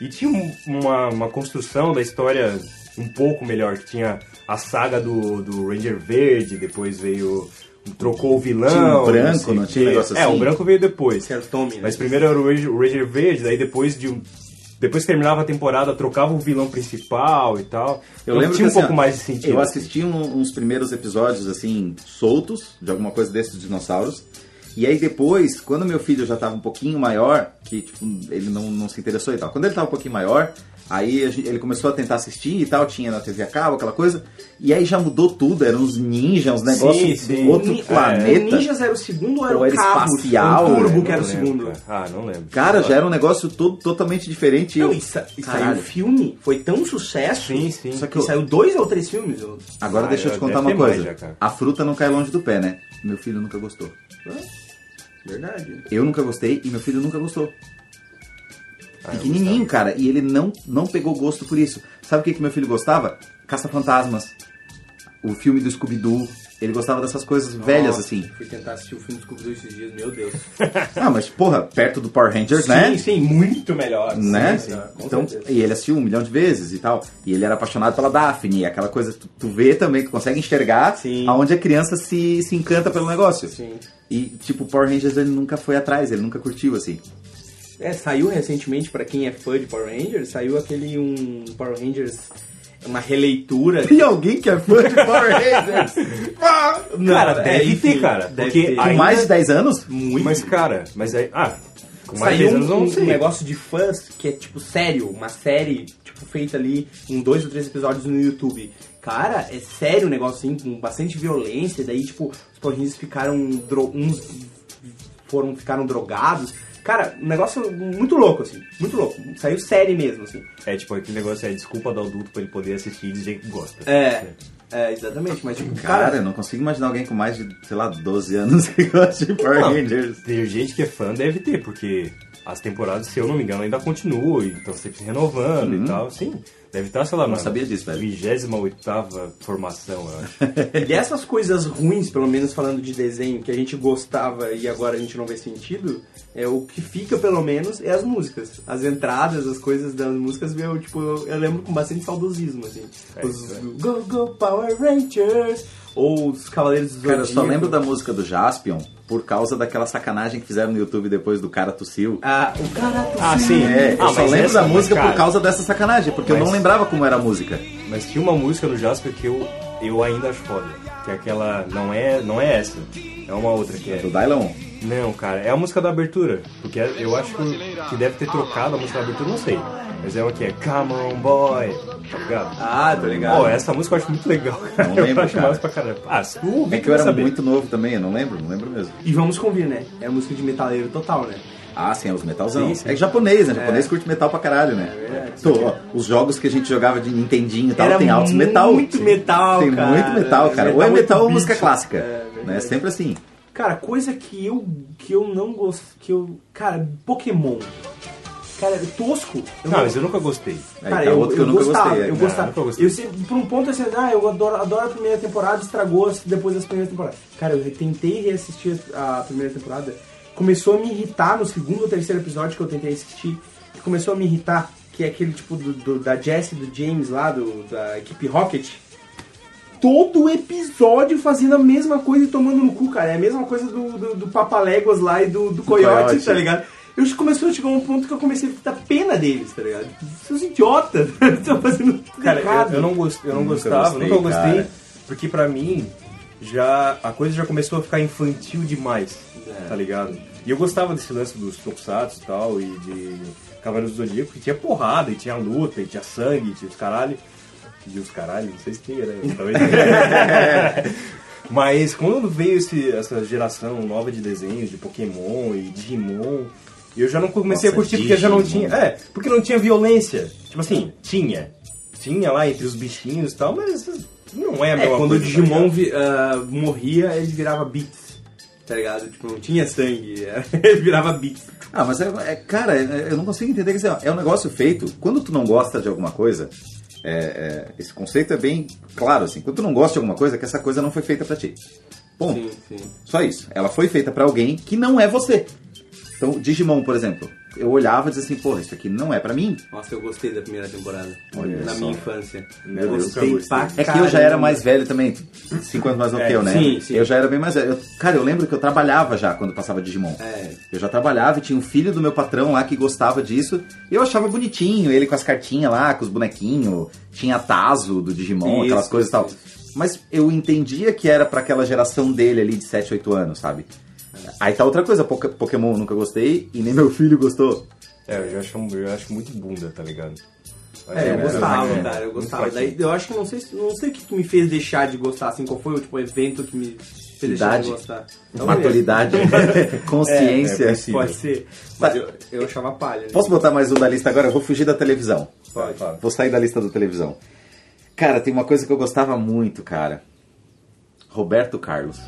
E tinha um- uma, uma construção da história um pouco melhor, que tinha a saga do, do Ranger Verde, depois veio. Trocou o vilão. Tinha um branco, sei o não tinha quê. negócio É, assim? o branco veio depois. Que era o Tommy, né? Mas primeiro era o Ranger, o Ranger Verde, daí depois de um. Depois que terminava a temporada, trocava o vilão principal e tal. Eu Então lembro tinha que, um pouco assim, ó, mais de sentido. Eu assisti um- uns primeiros episódios, assim, soltos, de alguma coisa desses dinossauros. E aí depois, quando meu filho já tava um pouquinho maior, que tipo, ele não, não se interessou e tal. Quando ele tava um pouquinho maior, aí a gente- ele começou a tentar assistir e tal, tinha na TV a cabo, aquela coisa. E aí já mudou tudo, eram uns ninjas, uns negócios sim. É, de outro Ni- O planeta. Ninjas era o segundo ou era Ou o era carro? espacial, o Não Turbo, lembro, que era o É, né? não lembro, segundo. cara. Ah, não lembro. Cara, já era um negócio todo, totalmente diferente. Não, Eu, e sa- e saiu Caralho. o filme, foi tão sucesso. Sim, sim. Só que Que saiu dois ou três filmes? eu- Agora Ah, deixa eu te eu- contar deve uma ter mais coisa. já, cara. a fruta não cai longe do pé, né? Meu filho nunca gostou. Verdade. Eu nunca gostei e meu filho nunca gostou. Ah, eu Pequenininho, cara. E ele não, não pegou gosto por isso. Sabe o que, que meu filho gostava? Caça-fantasmas. O filme do Scooby-Doo. Ele gostava dessas coisas velhas, assim. Fui tentar assistir o filme do Scooby-Doo esses dias, meu Deus. Ah, mas porra, perto do Power Rangers, né? Sim, sim, muito melhor. né? Sim, melhor, com então, certeza. e ele assistiu um milhão de vezes e tal. E ele era apaixonado pela Daphne, aquela coisa tu, tu vê também, tu consegue enxergar Sim. aonde a criança se, se encanta pelo negócio. Sim. E tipo, Power Rangers ele nunca foi atrás, ele nunca curtiu assim. É, saiu recentemente, pra quem é fã de Power Rangers, saiu aquele um Power Rangers, uma releitura. Tem alguém que é fã de Power Rangers? cara, Não, deve enfim, ter, cara. deve porque ter. Com ainda- mais de 10 anos? Muito. Mas, cara, mas aí. Ah, com mais Saiu de 10 anos eu um, não um sei. negócio de fãs que é tipo sério, uma série tipo feita ali em dois ou três episódios no YouTube. Cara, é sério o negócio assim, com bastante violência, daí tipo, os porrinhos ficaram dro- uns foram ficaram drogados. Cara, um negócio muito louco assim, muito louco. Saiu série mesmo assim. É tipo aquele negócio é desculpa do adulto pra ele poder assistir e dizer que gosta. É. É, exatamente, mas tipo, Cara, cara, eu não consigo imaginar alguém com mais de, sei lá, 12 anos que gosta de Power Não, Rangers. Tem gente que é fã, deve ter, porque as temporadas, se eu não me engano, ainda continuam, então sempre se renovando Uhum. e tal. Sim, deve estar, sei lá, não sabia disso, velho. 28 formação, eu acho. E dessas coisas ruins, pelo menos falando de desenho, que a gente gostava e agora a gente não vê sentido, é o que fica pelo menos é as músicas. As entradas, as coisas das músicas, eu, tipo, eu, eu lembro com bastante saudosismo, assim. É os isso, é. Go Go Power Rangers, ou os Cavaleiros do Cara, eu só Zodíaco. lembro da música do Jaspion por causa daquela sacanagem que fizeram no YouTube depois do cara tossiu. Ah, o cara... Ah, sim. É, eu Ah, só mas lembro essa, da música cara, por causa dessa sacanagem, porque eu Mas- não lembrava como era a música. Mas tinha uma música do Jasper que eu, eu ainda acho foda. Que é aquela. Não é, não é essa. É uma outra que é. Do Dylon. Não, cara, é a música da abertura. Porque é, eu acho que deve ter trocado a música da abertura, não sei. Mas é uma que é Come on Boy, tá ligado? Ah, tô ligado. Pô, essa música eu acho muito legal. cara. Não eu lembro, acho cara. mais pra caramba. Ah, se tu ouvir, É que tu eu vai era saber. muito novo também, eu não lembro, não lembro mesmo. E vamos convir, né? É música de metaleiro total, né? Ah, sim, é os metalzão. Sim, sim. É japonês, né? Japonês curte metal pra caralho, né? Pô, ó, os jogos que a gente jogava de Nintendinho e tal, É. Era tem altos muito metal. metal, Tem cara. muito metal, cara. ou é muito metal ou beat. música clássica. É, né? verdade. Sempre assim. Cara, coisa que eu que eu não gosto, que eu, cara, Pokémon. Cara, é tosco. Eu Não, mas eu nunca gostei. Aí Cara, tá eu, outro que eu eu nunca gostava, gostei, eu né? gostava. Nunca gostei. Eu sempre, por um ponto assim, ah, eu adoro, adoro a primeira temporada, estragou as- depois das primeiras temporadas. Cara, eu tentei reassistir a primeira temporada, começou a me irritar no segundo ou terceiro episódio que eu tentei assistir, e começou a me irritar, que é aquele tipo do, do- da Jessie, do James lá, do, da equipe Rocket. Todo episódio fazendo a mesma coisa e tomando no cu, cara. É a mesma coisa do, do, do Papaléguas lá e do, do Coyote, Coyote. tá ligado? Eu comecei a chegar a um ponto que eu comecei a dar pena deles, tá ligado? Seus idiotas, estão fazendo tudo Cara, errado. eu, eu não, gost, eu não Nunca gostava, gostei, nunca gostei, cara. porque É. pra mim já a coisa já começou a ficar infantil demais, tá ligado? E eu gostava desse lance dos tokusatsu e tal, e de Cavaleiros do Zodíaco, que tinha porrada, e tinha luta, e tinha sangue, e tinha os caralho. E os caralho, não sei se tinha, né? Talvez Mas quando veio esse- essa geração nova de desenhos, de Pokémon e Digimon, eu já não comecei a Nossa, curtir porque já não Digimon. tinha. É, porque não tinha violência. Tipo assim, tinha. Tinha lá entre os bichinhos e tal, mas não é a É, mesma quando coisa. tá o Digimon ligado? vi- ah, morria, ele virava bits, tá ligado? Tipo, não tinha sangue, era- ele virava bits. Ah, mas é, é- cara, é- eu não consigo entender que assim, ó, é um negócio feito. Quando tu não gosta de alguma coisa, é- é, esse conceito é bem claro assim. Quando tu não gosta de alguma coisa, é que essa coisa não foi feita pra ti. Ponto. Sim, sim. Só isso. Ela foi feita pra alguém que não é você. Então, Digimon, por exemplo, eu olhava e dizia assim, porra, isso aqui não é pra mim. Nossa, eu gostei da primeira temporada. Olha na só. minha infância. Meu Deus, gostei eu gostei. pra É que eu já era caramba. mais velho também, cinco anos mais novo É, que eu, né? sim, sim. Eu já era bem mais velho. Eu- cara, eu lembro que eu trabalhava já quando passava Digimon. É. Eu já trabalhava e tinha um filho do meu patrão lá que gostava disso. E eu achava bonitinho, ele com as cartinhas lá, com os bonequinhos. Tinha Tazo do Digimon, Isso, aquelas coisas e tal. isso. Mas eu entendia que era pra aquela geração dele ali de 7, 8 anos, sabe? É. Aí tá outra coisa, Poké- Pokémon eu nunca gostei e nem meu filho gostou. É, eu já acho, eu acho muito bunda, tá ligado? Mas É, eu era- gostava, era- cara, eu muito gostava. fraquinho. Daí, eu acho que não sei, se- não sei o que, que me fez deixar de gostar, assim, qual foi o tipo, evento que me fez deixar Idade. de gostar. Talvez. Maturidade, consciência. É, é possível. Pode ser. Mas eu, eu achava palha. Né? Posso botar mais um da lista agora? Eu vou fugir da televisão. Fala, fala. Vou sair da lista da televisão. Cara, tem uma coisa que eu gostava muito, cara. Roberto Carlos.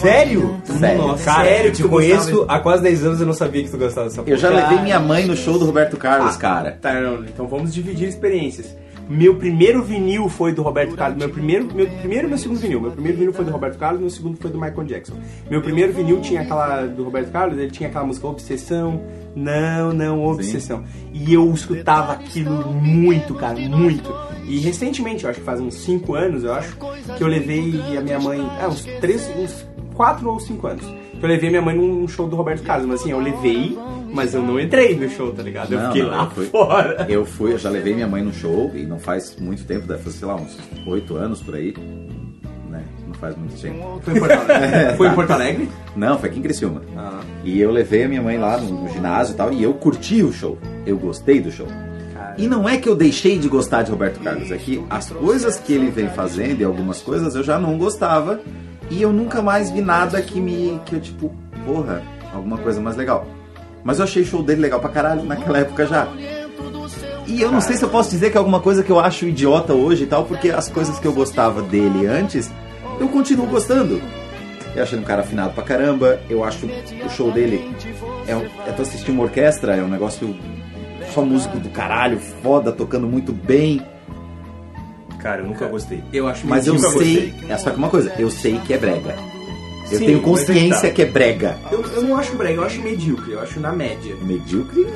Sério? Sério. Nossa, Sério, sério, eu que te eu conheço gostava- há quase 10 anos eu não sabia que tu gostava dessa Eu porra. já levei minha mãe no show do Roberto Carlos, cara. Tá, não, então vamos dividir experiências. Meu primeiro vinil foi do Roberto Carlos. Meu primeiro, meu primeiro, e meu segundo vinil. Meu primeiro vinil foi do Roberto Carlos, meu segundo foi do Michael Jackson. Meu primeiro vinil tinha aquela do Roberto Carlos, ele tinha aquela música Obsessão. Não, não, Obsessão. E eu escutava aquilo muito, cara, muito. E recentemente, eu acho que faz uns 5 anos, eu acho, que eu levei a minha mãe, ah, uns 3, uns 4 ou 5 anos. Que eu levei minha mãe num show do Roberto Carlos, mas assim, eu levei, mas eu não entrei no show, tá ligado? Eu Não, fiquei não, lá eu fui- fora. Eu fui, eu já levei minha mãe no show e não faz muito tempo, deve fazer, sei lá, uns oito anos por aí. Né? Não faz muito tempo. Foi em Porto Alegre? Foi em Porto Alegre? Não, foi aqui em Criciúma. E eu levei a minha mãe lá no, no ginásio e tal, e eu curti o show. Eu gostei do show. E não é que eu deixei de gostar de Roberto Carlos, é que as coisas que ele vem fazendo e algumas coisas eu já não gostava, e eu nunca mais vi nada que me. que eu tipo, porra, alguma coisa mais legal. Mas eu achei o show dele legal pra caralho naquela época já. E eu não sei se eu posso dizer que é alguma coisa que eu acho idiota hoje e tal, porque as coisas que eu gostava dele antes, eu continuo gostando. Eu acho ele um cara afinado pra caramba. Eu acho o show dele. É, um, é tu assistir uma orquestra, é um negócio só músico do caralho, foda, tocando muito bem. Cara, eu nunca gostei. Eu acho Mas eu mentira. sei. É só que uma coisa, eu sei que é brega. Eu Sim, tenho mas consciência é que é brega. Eu, eu não acho brega, eu acho medíocre, eu acho na média. Medíocre?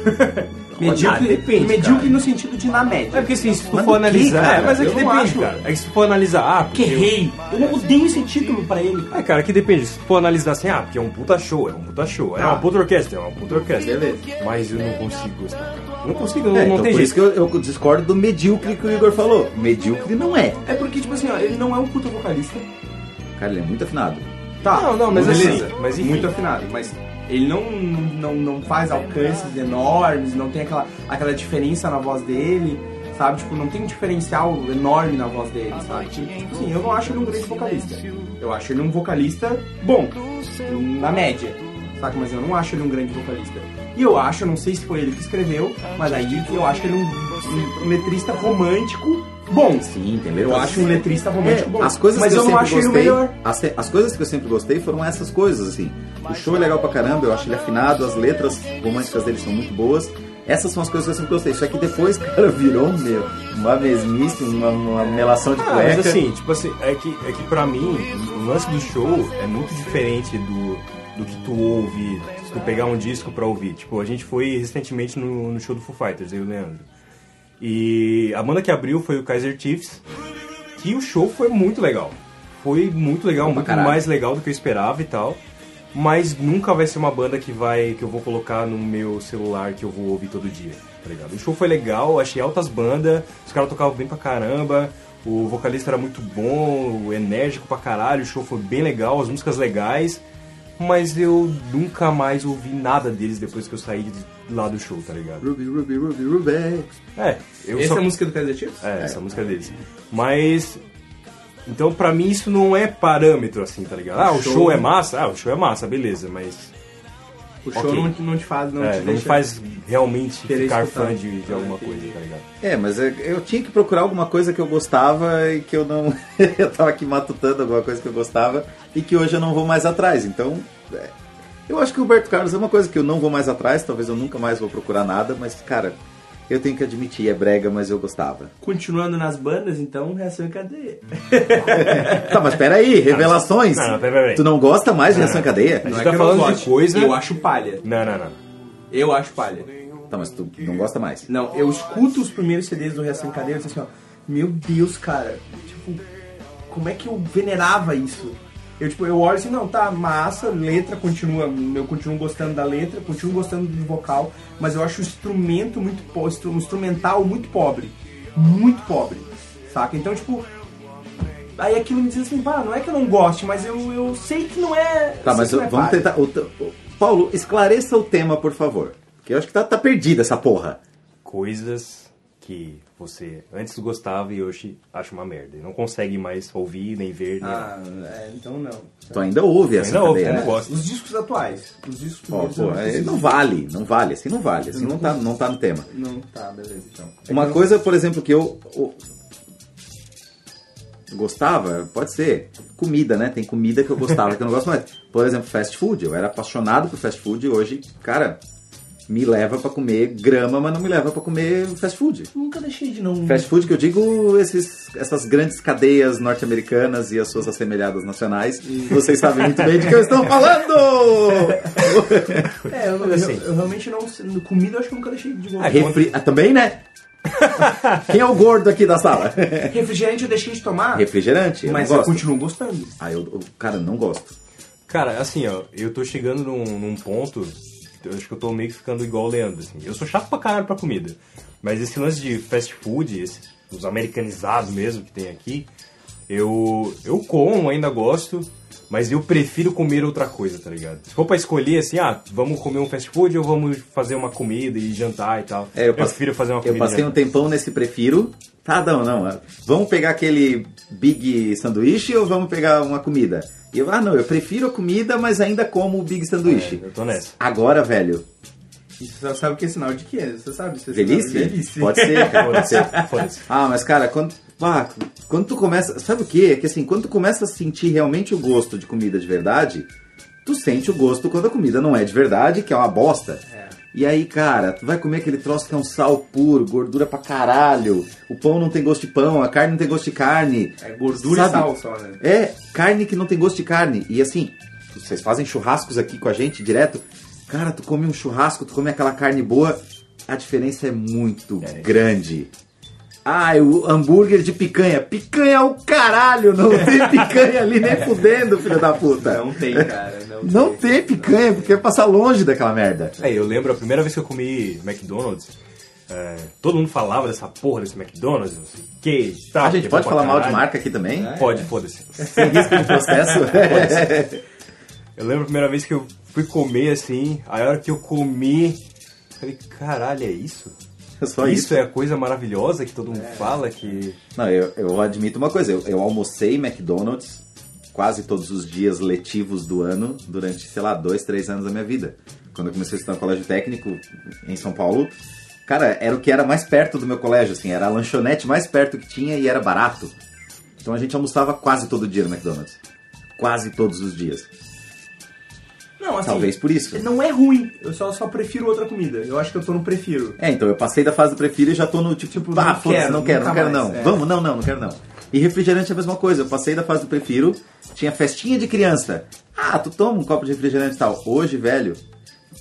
Medíocre, Ah, depende, medíocre cara. no sentido de na tá, É média. porque assim, se tu Mas for do que, analisar. cara? é, mas é que Eu não depende, acho. cara. É que se tu for analisar, ah, porque. Que rei! Eu odeio esse título pra ele. É, cara, que depende. Se tu for analisar assim, ah, porque é um puta show, é um puta show. É uma puta orquestra, é uma puta orquestra. Beleza. Mas eu não consigo gostar. cara. Não consigo, não, É, não então tem por isso jeito. que eu, eu discordo do medíocre que o Igor falou. Medíocre não é. É porque, tipo assim, ó, ele não é um puta vocalista. Cara, ele é muito afinado. Tá, Não, não, mas beleza. assim, mas enfim. Muito afinado, mas ele não, não, não faz alcances enormes, não tem aquela, aquela diferença na voz dele, sabe? Tipo, não tem um diferencial enorme na voz dele, sabe? Tipo, assim, eu não acho ele um grande vocalista. Eu acho ele um vocalista bom, na média, saca? Mas eu não acho ele um grande vocalista. E eu acho, eu não sei se foi ele que escreveu, mas aí eu acho ele um, um- um letrista romântico bom. Sim, entendeu? É, Eu acho um letrista romântico bom. As coisas mas que eu, eu, não sempre acho gostei, ele o melhor. As, as coisas que eu sempre gostei foram essas coisas, assim. O show é legal pra caramba, eu acho ele afinado, as letras românticas dele são muito boas. Essas são as coisas que eu sempre gostei. Só que depois, cara, virou um meu, uma mesmice, uma, uma melação de Ah, mas cueca. assim, tipo assim, é que, é que pra mim, o lance do show é muito diferente do, do que tu ouve, se tu pegar um disco pra ouvir. Tipo, a gente foi recentemente no, no show do Foo Fighters, eu e o Leandro. E a banda que abriu foi o Kaiser Chiefs, que o show foi muito legal. Foi muito legal, muito caralho. mais legal do que eu esperava e tal. Mas nunca vai ser uma banda que vai que eu vou colocar no meu celular que eu vou ouvir todo dia, tá ligado? O show foi legal, achei altas bandas, os caras tocavam bem pra caramba, o vocalista era muito bom, enérgico pra caralho, o show foi bem legal, as músicas legais. mas eu nunca mais ouvi nada deles depois que eu saí de lá do show, tá ligado? Ruby, Ruby, Ruby, Ruby. É, eu Essa só... é a música do Kaiser Chiefs? É, essa música deles. Mas. Então, pra mim, isso não é parâmetro, assim, tá ligado? Ah, o show, Show. é massa? Ah, o show é massa, beleza, mas. O show Ok. não, não te faz, não é, te não deixa... faz realmente querer ficar escutar. fã de, de alguma Ah, coisa, tá ligado? É, mas eu, eu tinha que procurar alguma coisa que eu gostava e que eu não. eu tava aqui matutando alguma coisa que eu gostava e que hoje eu não vou mais atrás. Então, é, eu acho que o Roberto Carlos é uma coisa que eu não vou mais atrás, talvez eu nunca mais vou procurar nada, mas, cara, eu tenho que admitir, é brega, mas eu gostava. Continuando nas bandas, então, reação em cadeia. tá, mas peraí, revelações! Não, não, pera, pera, pera. Tu não gosta mais de reação em cadeia? Não. Não gente é tá que eu não falando de goste, coisa- Eu acho palha. Não, não, não. Eu acho palha. Tá, mas tu não gosta mais. Não, eu escuto os primeiros CDs do Reação em Cadeia e eu disse assim, ó, meu Deus, cara, tipo, como é que eu venerava isso? Eu, tipo, eu olho assim, não, tá, massa, letra continua, eu continuo gostando da letra, continuo gostando do vocal, mas eu acho o instrumento muito pobre, o instrumental muito pobre, muito pobre, saca? Então, tipo, aí aquilo me diz assim, pá, não é que eu não goste, mas eu, eu sei que não é... Tá, sei mas que não é vamos palha. tentar. o te- o- Paulo, esclareça o tema, por favor. Porque eu acho que tá, tá perdida essa porra. Coisas que você antes gostava e hoje acha uma merda. E não consegue mais ouvir, nem ver, nem. nada. Ah, é, então não. Tu ainda ouve essa Ainda ouve, cadeia, eu né? não gosto. Os discos atuais, os discos Ó, primeiros, pô, eu é, preciso. não vale, não vale, assim não vale, assim não tá, não tá no tema. Não, tá, beleza, então. Uma coisa, por exemplo, que eu, o- gostava, pode ser, comida, né? Tem comida que eu gostava que eu não gosto mais. Por exemplo, fast food, eu era apaixonado por fast food e hoje, cara, me leva pra comer grama, mas não me leva pra comer fast food. Nunca deixei de não. Fast food que eu digo, esses, essas grandes cadeias norte-americanas e as suas assemelhadas nacionais, vocês sabem muito bem de que eu estou falando! É, eu, eu- assim. eu realmente não. sei- no Comida eu acho que eu nunca deixei de Ah, gostar. refri... ah, também, né? Quem é o gordo aqui da sala? É, Refrigerante eu deixei de tomar, Refrigerante, eu mas é não eu gosto. continuo gostando. Ah, eu, eu- cara, não gosto. Cara, assim, ó, eu tô chegando num, num ponto. Eu acho que eu tô meio que ficando igual o Leandro, assim. Eu sou chato pra caralho pra comida. Mas esse lance de fast food, esse- os americanizados mesmo que tem aqui, eu, eu como, ainda gosto, mas eu prefiro comer outra coisa, tá ligado? Se for pra escolher, assim, ah, vamos comer um fast food ou vamos fazer uma comida e jantar e tal. É, eu, passe- prefiro fazer uma Eu comida. passei um tempão nesse prefiro. Tá, não, não. ah, Vamos pegar aquele Big Sanduíche ou vamos pegar uma comida? E eu, ah, não, eu prefiro a comida, mas ainda como o Big Sanduíche. É, Eu tô nessa. Agora, velho, Isso você sabe que é sinal de que é, você sabe? Você velhice? Sabe, velhice. Pode ser, cara, pode ser. Foda-se. Ah, mas cara, quando, ah, quando tu começa. Sabe o quê? É que assim, quando tu começa a sentir realmente o gosto de comida de verdade, tu sente o gosto quando a comida não é de verdade, que é uma bosta. É. E aí, cara, tu vai comer aquele troço que é um sal puro, gordura pra caralho. O pão não tem gosto de pão, a carne não tem gosto de carne. É gordura Sabe? e sal só, né? É, carne que não tem gosto de carne. E assim, vocês fazem churrascos aqui com a gente direto. Cara, tu come um churrasco, tu come aquela carne boa, a diferença é muito grande. Ai, o hambúrguer de picanha. Picanha é o caralho! Não tem picanha ali nem fudendo, filho da puta. Não tem, cara. Não, Tá. Não tem picanha, porque vai passar longe daquela merda. É, eu lembro a primeira vez que eu comi McDonald's, é, todo mundo falava dessa porra desse McDonald's, não sei o que e tal. A Ah, gente que é pode bom falar pra mal né? de caralho. É. marca aqui também? Pode, foda-se. Sem risco de processo? Eu lembro a primeira vez que eu fui comer assim, a hora que eu comi, falei, caralho, é isso? isso, Só Então isso. É. é a coisa maravilhosa que todo mundo fala que. Não, eu, eu admito uma coisa, eu, eu almocei McDonald's quase todos os dias letivos do ano durante, sei lá, dois, três anos da minha vida. Quando eu comecei a estudar no colégio técnico em São Paulo, cara, era o que era mais perto do meu colégio, assim, era a lanchonete mais perto que tinha e era barato. Então a gente almoçava quase todo dia no McDonald's. Quase todos os dias. Não, assim, Talvez por isso. Não é ruim, eu só, só prefiro outra comida. Eu acho que eu tô no prefiro. É, então eu passei da fase do prefiro e já tô no tipo, tipo ah, não foda-se, quero, não quero, não nunca quero mais, não. é. Vamos, não, não, não quero não. E refrigerante é a mesma coisa, eu passei da fase do prefiro, tinha festinha de criança. Ah, tu toma um copo de refrigerante e tal. Hoje, velho,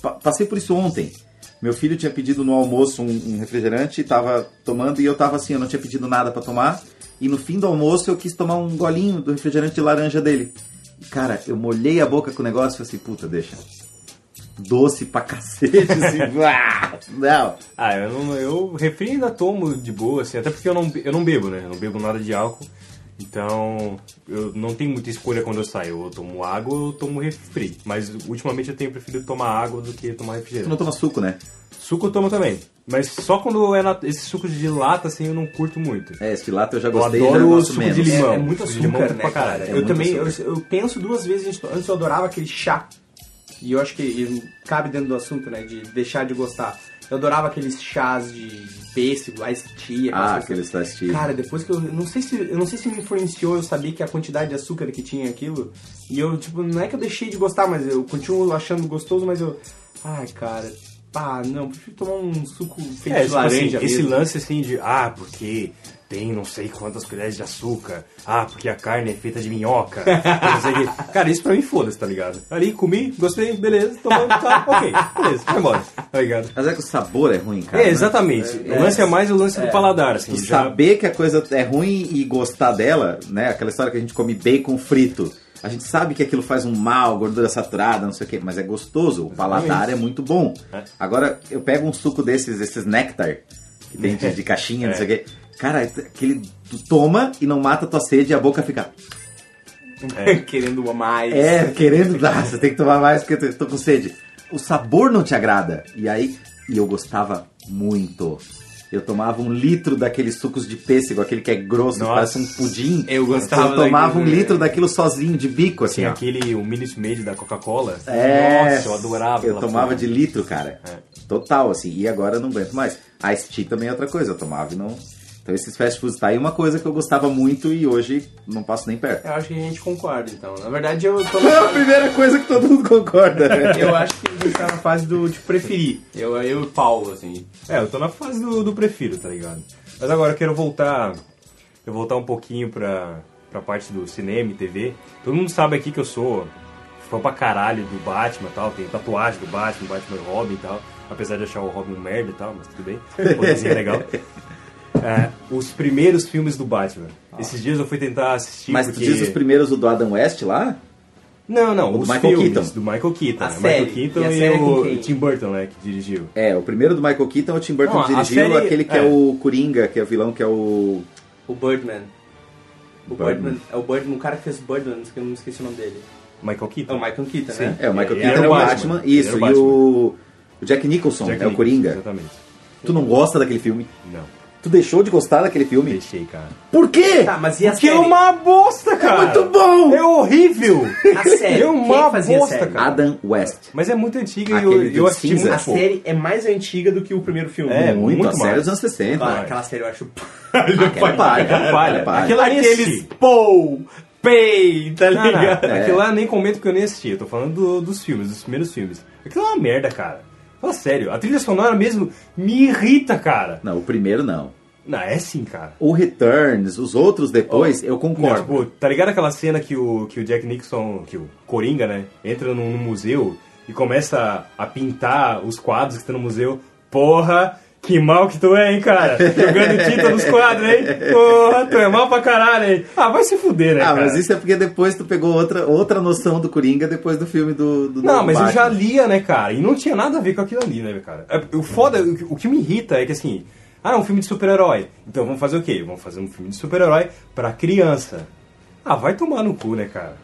pa- passei por isso ontem. Meu filho tinha pedido no almoço um, um refrigerante, tava tomando e eu tava assim, eu não tinha pedido nada pra tomar. E no fim do almoço eu quis tomar um golinho do refrigerante de laranja dele. E, Cara, eu molhei a boca com o negócio e falei assim, puta, deixa. Doce pra cacete, assim, ah, não. Ah, eu, não, eu refri ainda tomo de boa, assim, até porque eu não, be- eu não bebo, né? Eu não bebo nada de álcool. Então, eu não tenho muita escolha quando eu saio. Ou eu tomo água ou eu tomo refri. Mas ultimamente eu tenho preferido tomar água do que tomar Tu não refrigerante. toma suco, né? Suco eu tomo também. Mas só quando é na... esse suco de lata, assim, eu não curto muito. É, esse lata eu já Eu gostei, já adoro gosto suco menos. de limão. É, é muito Suco açúcar, de limão né, pra cara? caralho. É eu muito também, eu, açúcar. eu penso duas vezes, antes- antes eu adorava aquele chá. E eu acho que ele cabe dentro do assunto, né, de deixar de gostar. Eu adorava aqueles chás de pêssego, ice tea. Ah, aquelas coisas. aqueles ice tea. Cara, depois que eu... eu Não sei se, eu não sei se me influenciou eu saber que a quantidade de açúcar que tinha aquilo. E eu, tipo, não é que eu deixei de gostar, mas eu continuo achando gostoso, mas eu... Ai, cara... Ah, não, prefiro tomar um suco feito É, de tipo laranja assim, esse mesmo. lance assim de, ah, porque tem não sei quantas colheres de açúcar, ah, porque a carne é feita de minhoca, não sei o quê. Cara, isso pra mim foda-se, tá ligado? Ali, comi, gostei, beleza, tomando, tá, ok, beleza, vai embora, tá ligado? Mas é que o sabor é ruim, cara. É, né? exatamente. O lance é mais o lance do paladar, assim. Tu já- saber que a coisa é ruim e gostar dela, né? Aquela história que a gente come bacon frito. A gente sabe que aquilo faz um mal, gordura saturada, não sei o quê, mas é gostoso. O paladar é muito bom. É. Agora, eu pego um suco desses, esses néctar, que tem É. de, de caixinha, não sei o quê. Cara, aquele tu toma e não mata a tua sede e a boca fica. Querendo mais. É, querendo dar, você tem que tomar mais porque eu tô com sede. O sabor não te agrada. E aí, e eu gostava muito. Eu tomava um litro daqueles sucos de pêssego, aquele que é grosso, que Nossa. parece um pudim. Eu gostava Eu tomava um daquele- litro daquilo sozinho, de bico, assim, Tem ó. aquele, o Minute Maid da Coca-Cola. É, Nossa, eu adorava. Eu aquela tomava porra. de litro, cara. Total, assim. E agora eu não aguento mais. A Tea também é outra coisa. Eu tomava e não... Então esses fast foods tá aí uma coisa que eu gostava muito e hoje não passo nem perto. Eu acho que a gente concorda, então. Na verdade, eu tô É a na... primeira coisa que todo mundo concorda, né? Eu acho que a gente tá na fase do, de preferir. Eu, eu e o Paulo, assim. É, eu tô na fase do, do prefiro, tá ligado? Mas agora eu quero voltar. Eu voltar um pouquinho pra, pra parte do cinema e TV. Todo mundo sabe aqui que eu sou fã pra caralho do Batman e tal. Tem tatuagem do Batman, Batman e Robin e tal. Apesar de achar o Robin um merda e tal, mas tudo bem. O poderzinho é legal. É, os primeiros filmes do Batman. Esses dias eu fui tentar assistir Mas tu porque... diz os primeiros o do Adam West lá? Não, não, do os Michael filmes Keaton. do Michael Keaton. A né? série. Michael Keaton E a e, série com o quem? Tim Burton, né, que dirigiu. É, o primeiro do Michael Keaton, o Tim Burton Não, a dirigiu série- aquele que é. é. o Coringa, que é o vilão, que é o. O Birdman. O Birdman. Birdman. É o Birdman, o cara que fez Birdman, que eu não esqueci o nome dele. Michael Keaton. É o Michael Keaton, Sim. né? É, o Michael Ele Keaton era é o o Batman. Batman. Isso, Ele era e o o. O Jack Nicholson, Jack é o Nicholson, Coringa. Exatamente. Tu não gosta daquele filme. Não, Tu deixou de gostar daquele filme. deixei, cara. Por quê? Tá, mas e a Que é série? É uma bosta, cara! muito bom! É horrível! A série. É uma Quem fazia a bosta, série? cara. Adam West. Mas é muito antiga e eu, Aquele eu do assisti cinza. A muito pouco. série é mais antiga do que o primeiro filme. É, muito, muito a série mais. dos anos 60. Ah, mais. aquela série eu acho... Aquela é palha, Palha, palha. Aquilo lá nem Aqueles assisti. Paul, Pei, tá Não, não, ligado? Aquilo lá nem comento porque eu nem assisti. Eu tô falando do- dos filmes, dos primeiros filmes. Aquilo é uma merda, cara. Fala sério, a trilha sonora mesmo me irrita, cara. Não, o primeiro não. Não, é sim, cara. O Returns, os outros depois, eu Não, concordo. tipo, tá ligado aquela cena que o, que o Jack Nixon, que o Coringa, né, entra num, num museu e começa a, a pintar os quadros que estão no museu? Porra, que mal que tu é, hein, cara? Jogando tinta nos quadros, hein? Porra, tu é mal pra caralho, hein? Ah, vai se fuder, né, Ah, cara? mas isso é porque depois tu pegou outra, outra noção do Coringa depois do filme do. do Não, do mas eu Batman. já lia, né, cara? E não tinha nada a ver com aquilo ali, né, cara? É, O foda, o que- o que me irrita é que assim, ah, é um filme de super-herói. Então vamos fazer o quê? Vamos fazer um filme de super-herói pra criança. Ah, vai tomar no cu, né, cara?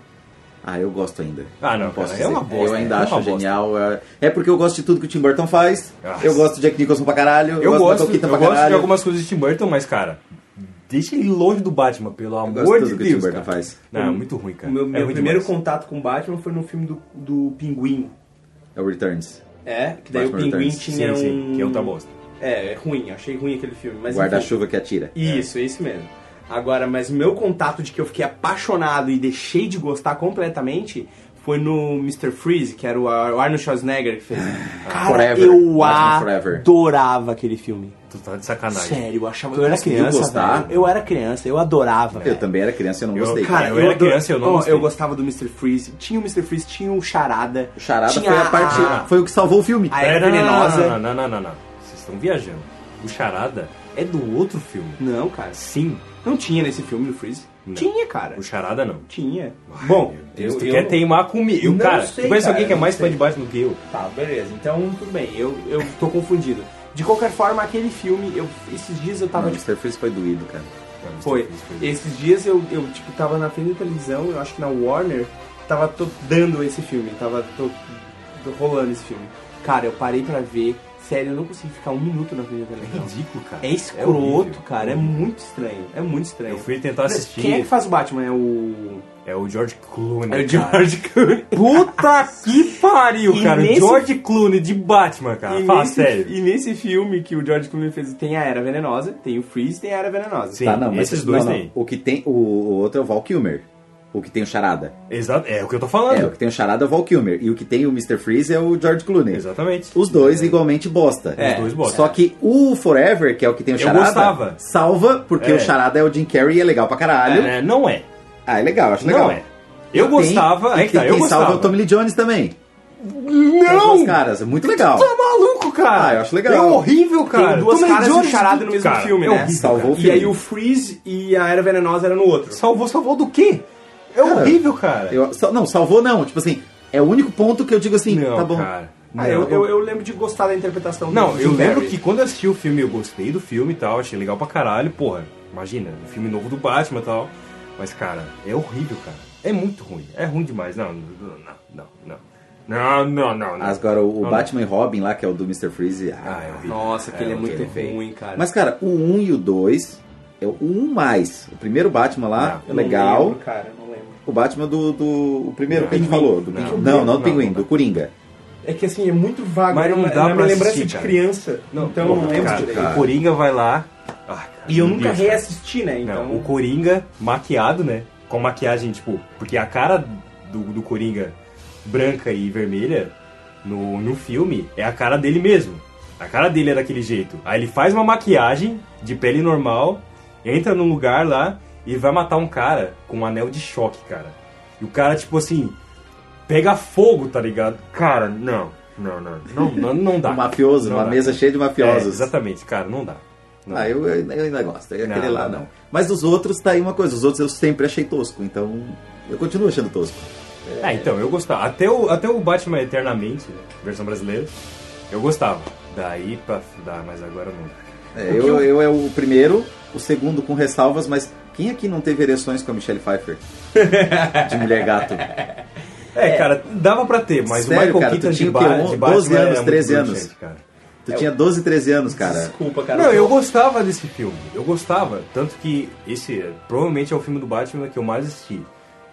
Ah, eu gosto ainda. Ah, não, posso cara, é uma dizer. bosta, Eu ainda é uma acho bosta. genial. é- É porque eu gosto de tudo que o Tim Burton faz. Ah. Eu gosto de Jack Nicholson pra caralho. Eu, do gosto, Michael Keaton eu pra gosto de caralho. algumas coisas de Tim Burton, mas, cara, deixa ele longe do Batman, pelo gosto amor de de tudo que o Tim Deus. Burton Cara. faz. Não, é muito ruim, O cara. meu, é meu ruim primeiro demais. contato com Batman foi no filme do, do Pinguim. É o Returns. É, que daí Batman o Pinguim Returns. tinha Sim, um... sim, que é outra bosta. É, é ruim, achei ruim aquele filme. Mas enfim. Guarda-chuva que atira. Isso, é. isso mesmo. Agora, mas o meu contato de que eu fiquei apaixonado e deixei de gostar completamente foi no Mr. Freeze, que era o Ar- o Arnold Schwarzenegger que fez. Cara, Forever. eu Batman Forever. adorava aquele filme. Tu tá de sacanagem. Sério, eu achava... Tu Eu era conseguiu criança, gostar? velho. Eu era criança, eu adorava, Eu velho. também era criança e eu não Eu- gostei. Cara, Eu eu, era adoro- criança e eu não Ó, gostei. eu gostava do Mr. Freeze. Tinha o Mr. Freeze, tinha o Charada. o Charada tinha foi a parte. Foi o que salvou o filme. Ah, é? Pera, não, não, venenosa. Não, não, não, não, não, não. Vocês estão viajando. O Charada é do outro filme. Não, cara. Sim, Não tinha nesse filme do Freeze. Não. Tinha, cara. o Charada não. Tinha. Bom, tu quer teimar comigo. Eu, Não cara, sei, tu conhece cara, alguém que é não mais sei. fã de Batman do que eu? Tá, beleza. Então, tudo bem. Eu, eu tô confundido. De qualquer forma, aquele filme, eu, esses dias eu tava Não, tipo. Mr. Freeze foi doído, cara. Foi. Esses dias eu, eu, tipo, tava na frente da televisão, eu acho que na Warner, tava to- dando esse filme, tava to- to- rolando esse filme. Cara, eu parei pra ver, sério, eu não consegui ficar um minuto na frente da É televisão. ridículo, cara. É escroto, horrível. cara, é muito estranho, é muito estranho. Eu fui tentar assistir. Quem é que faz o Batman? É o... É o George Clooney. É o cara. George Clooney. Puta que pariu, E cara. O nesse- George Clooney de Batman, cara. E Fala nesse, sério. E nesse filme que o George Clooney fez, tem a Era Venenosa, tem o Freeze, tem a Era Venenosa. Sim, Tá, não, mas esses dois não, não. aí. O que tem. O, o outro é o Val Kilmer. O que tem o Charada. Exato. É o que eu tô É, o falando. que tem o Charada é o Val Kilmer. E o que tem o Mr. Freeze é o George Clooney. Exatamente. Os dois igualmente bosta. É, os dois bosta. Só que o Forever, que é o que tem o Eu Charada, gostava. salva, porque É. o Charada é o Jim Carrey e é legal pra caralho. É, não é. Ah, é legal, acho legal. Não é. Eu Tem- gostava. tem- é que tá, tem eu quem gostava. salva é o Tommy Lee Jones também. Tem as Não! duas caras, é muito legal. Tá maluco, cara. Ah, eu acho legal. É horrível, cara. Tem duas Tommy caras e um Jones, charada no mesmo cara, filme, é né? horrível, Salvou cara. o E filme. aí o Freeze e a Era Venenosa era no outro. Salvou, salvou do quê? É horrível, cara. Eu- sal- não, salvou não. Tipo assim, é o único ponto que eu digo assim, Não, tá bom. cara. Ah, Não. eu, eu, eu lembro de gostar da interpretação do Não, Jim eu lembro Carrey. que quando eu assisti o filme eu gostei do filme e tal, achei legal pra caralho, porra, imagina, o filme novo do Batman e tal. Mas, cara, é horrível, cara. É muito ruim, é ruim demais. Não, não, não, não, não. Não, não, não, não. Agora, o, o Não, Batman e Robin lá, que é o do Mr. Freeze. Ah, é horrível. Nossa, aquele é, muito horrível. ruim, cara. Mas, cara, o 1 e o 2 é o 1 mais. O primeiro Batman lá, é Eu não legal. lembro, cara, eu não lembro. O Batman do, do o primeiro Não, que a gente Pinguim. falou. Do Não, Pinguim. não, não, não, do Pinguim, não. do Coringa. É que assim, é muito vago. Mas não é uma- dá é uma pra lembrança assistir, de cara. criança. então eu não porra, lembro cara, direito. é O Coringa vai lá. Ah, cara, E eu meu nunca Deus, cara. reassisti, né? Então. Não, o Coringa maquiado, né? Com maquiagem, tipo, porque a cara do, do Coringa branca e vermelha no, no filme é a cara dele mesmo. A cara dele é daquele jeito. Aí ele faz uma maquiagem de pele normal, entra num lugar lá e vai matar um cara com um anel de choque, cara. E o cara, tipo assim, pega fogo, tá ligado? Cara, não, não, não, não, não, não dá. Um mafioso, Tá. Não uma dá. mesa cheia de É, mafiosos. exatamente, cara, não dá. Não ah, eu, eu eu ainda gosto. Eu- Não, Aquele lá não. não. Mas os outros, tá aí uma coisa. Os outros eu sempre achei tosco, então eu continuo achando tosco. Ah, então, eu gostava. Até o, até o Batman Eternamente, né, versão brasileira, eu gostava. Daí pra dá, mas agora não. É, eu, eu é o primeiro, o segundo com ressalvas, mas quem aqui não teve ereções com a Michelle Pfeiffer? De mulher gato. É, cara, dava pra ter, mas Sério, o Michael cara, tu Keaton de, tinha o ba quê? Um- de Batman 12 anos, era muito 13 anos. bruxante, cara. É Tu tinha 12, 13 anos, cara. Desculpa, cara. Não, eu gostava desse filme. Eu gostava. Tanto que esse é, provavelmente é o filme do Batman que eu mais assisti.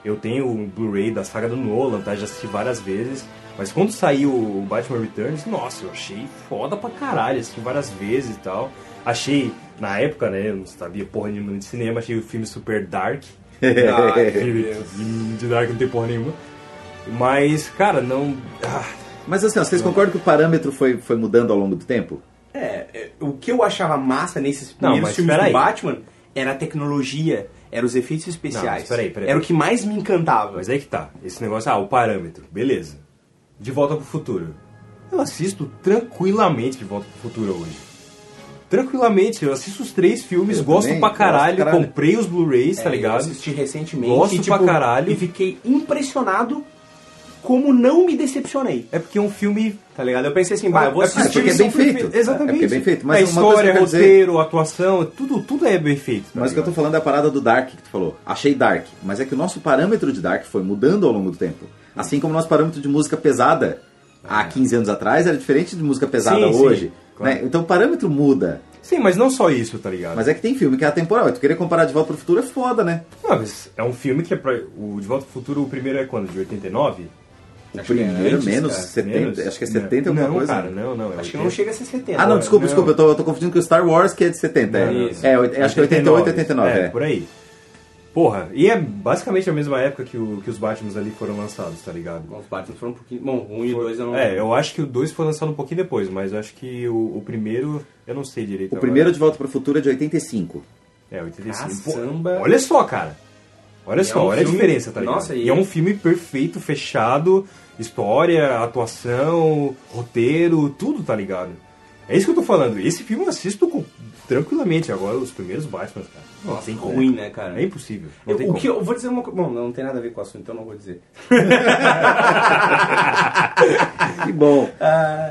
Eu tenho um Blu-ray da saga do Nolan, tá? Já assisti várias vezes. Mas quando saiu o Batman Returns, nossa, eu achei foda pra caralho. Assisti várias vezes e tal. Achei, na época, né? Eu não sabia porra nenhuma de cinema. Achei o filme super dark. Ah, Ai, meu Filme Deus. de dark não tem porra nenhuma. Mas, cara, não. ah, Mas assim, ó, vocês concordam que o parâmetro foi, foi mudando ao longo do tempo? É, é, o que eu achava massa nesses Não, primeiros mas filmes do peraí. Batman era a tecnologia, era os efeitos especiais. Não, mas peraí, peraí. Era o que mais me encantava. Mas aí que tá. Esse negócio, ah, o parâmetro, beleza. De volta pro futuro. Eu assisto tranquilamente de volta pro futuro hoje. Tranquilamente, eu assisto os três filmes, Eu gosto também, pra caralho, gosto pra caralho. comprei os Blu-rays, tá É, Eu ligado? assisti recentemente. Gosto e, tipo, pra caralho. E fiquei impressionado como não me decepcionei. É porque é um filme. Tá ligado? Eu pensei assim, bah, eu vou É porque assistir é isso bem pro feito. filme. Exatamente. É porque é bem feito, mas a uma coisa que eu história, quero dizer- roteiro, atuação, tudo, tudo é bem feito. tá Mas o que eu tô ligado? falando é a parada do Dark que tu falou. Achei Dark. Mas é que o nosso parâmetro de Dark foi mudando ao longo do tempo. Assim como o nosso parâmetro de música pesada há 15 anos atrás era diferente de música pesada Ah. Sim, sim, hoje. claro. né? Então o parâmetro muda. Sim, mas não só isso, tá ligado? Mas é que tem filme que é atemporal. E tu querer comparar De Volta pro Futuro é foda, né? Não, mas é um filme que é pra. O De Volta pro Futuro, o primeiro é quando? De 89? O que é primeiro, antes, menos, cara. 70, Menos? acho que é 70 alguma não, coisa. Cara, não, não. é Acho que não 80. chega a ser 70. Ah, não, né? desculpa, Não. desculpa, eu tô, eu tô confundindo com o Star Wars, que é de 70. é. Isso. É, oit- acho que é 88, 89. É, É, por aí. Porra, e é basicamente a mesma época que, o- que os Batmans ali foram lançados, tá ligado? Bom, Os Batman foram um pouquinho... Bom, um e dois eu não... É, eu acho que o 2 foi lançado um pouquinho depois, mas eu acho que o, o primeiro, eu não sei direito. O agora. primeiro De Volta pro Futuro é de 85. É, 85. Pô, Caçamba. olha só, cara. Olha E só, é um olha filme- a diferença, tá ligado? Nossa, e... e- é um filme perfeito, fechado, história, atuação, roteiro, tudo, tá ligado? É isso que eu tô falando. Esse filme eu assisto com- tranquilamente agora, os primeiros Batman, cara. Não Nossa, tem como. ruim, né, cara? É impossível. Não Eu, tem o como. que eu vou dizer é uma coisa. Bom, não tem nada a ver com o assunto, então não vou dizer. Que Ah. bom.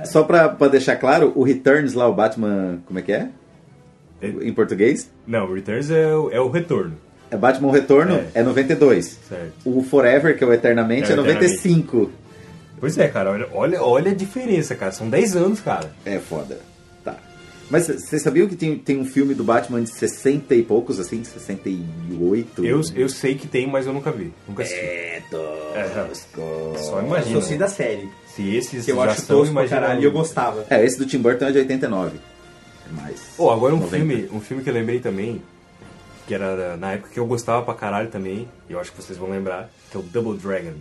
Só pra, pra deixar claro, o Returns lá, o Batman. Como é que é? em português. Não, Returns é o, é o retorno. É Batman Retorno é, 92. Certo. O Forever, que é o Eternamente, É é, o Eternamente. 95. Pois é, cara, olha, olha, olha a diferença, cara. São 10 anos, cara. É foda. Tá. Mas você sabia que tem, tem um filme do Batman de 60 e poucos, assim, 68? Eu, eu sei que tem, mas eu nunca vi. Nunca assisti. É, tosco. Só Eu só imagina. sei da série. Se esses É. Que eu já acho são, tosco pra imagina. um. caralho e eu gostava. É, esse do Tim Burton é de 89. É Mas. Pô, agora um 90. filme, um filme que eu lembrei também, que era na época que eu gostava pra caralho também, e eu acho que vocês vão lembrar, que é o Double Dragon.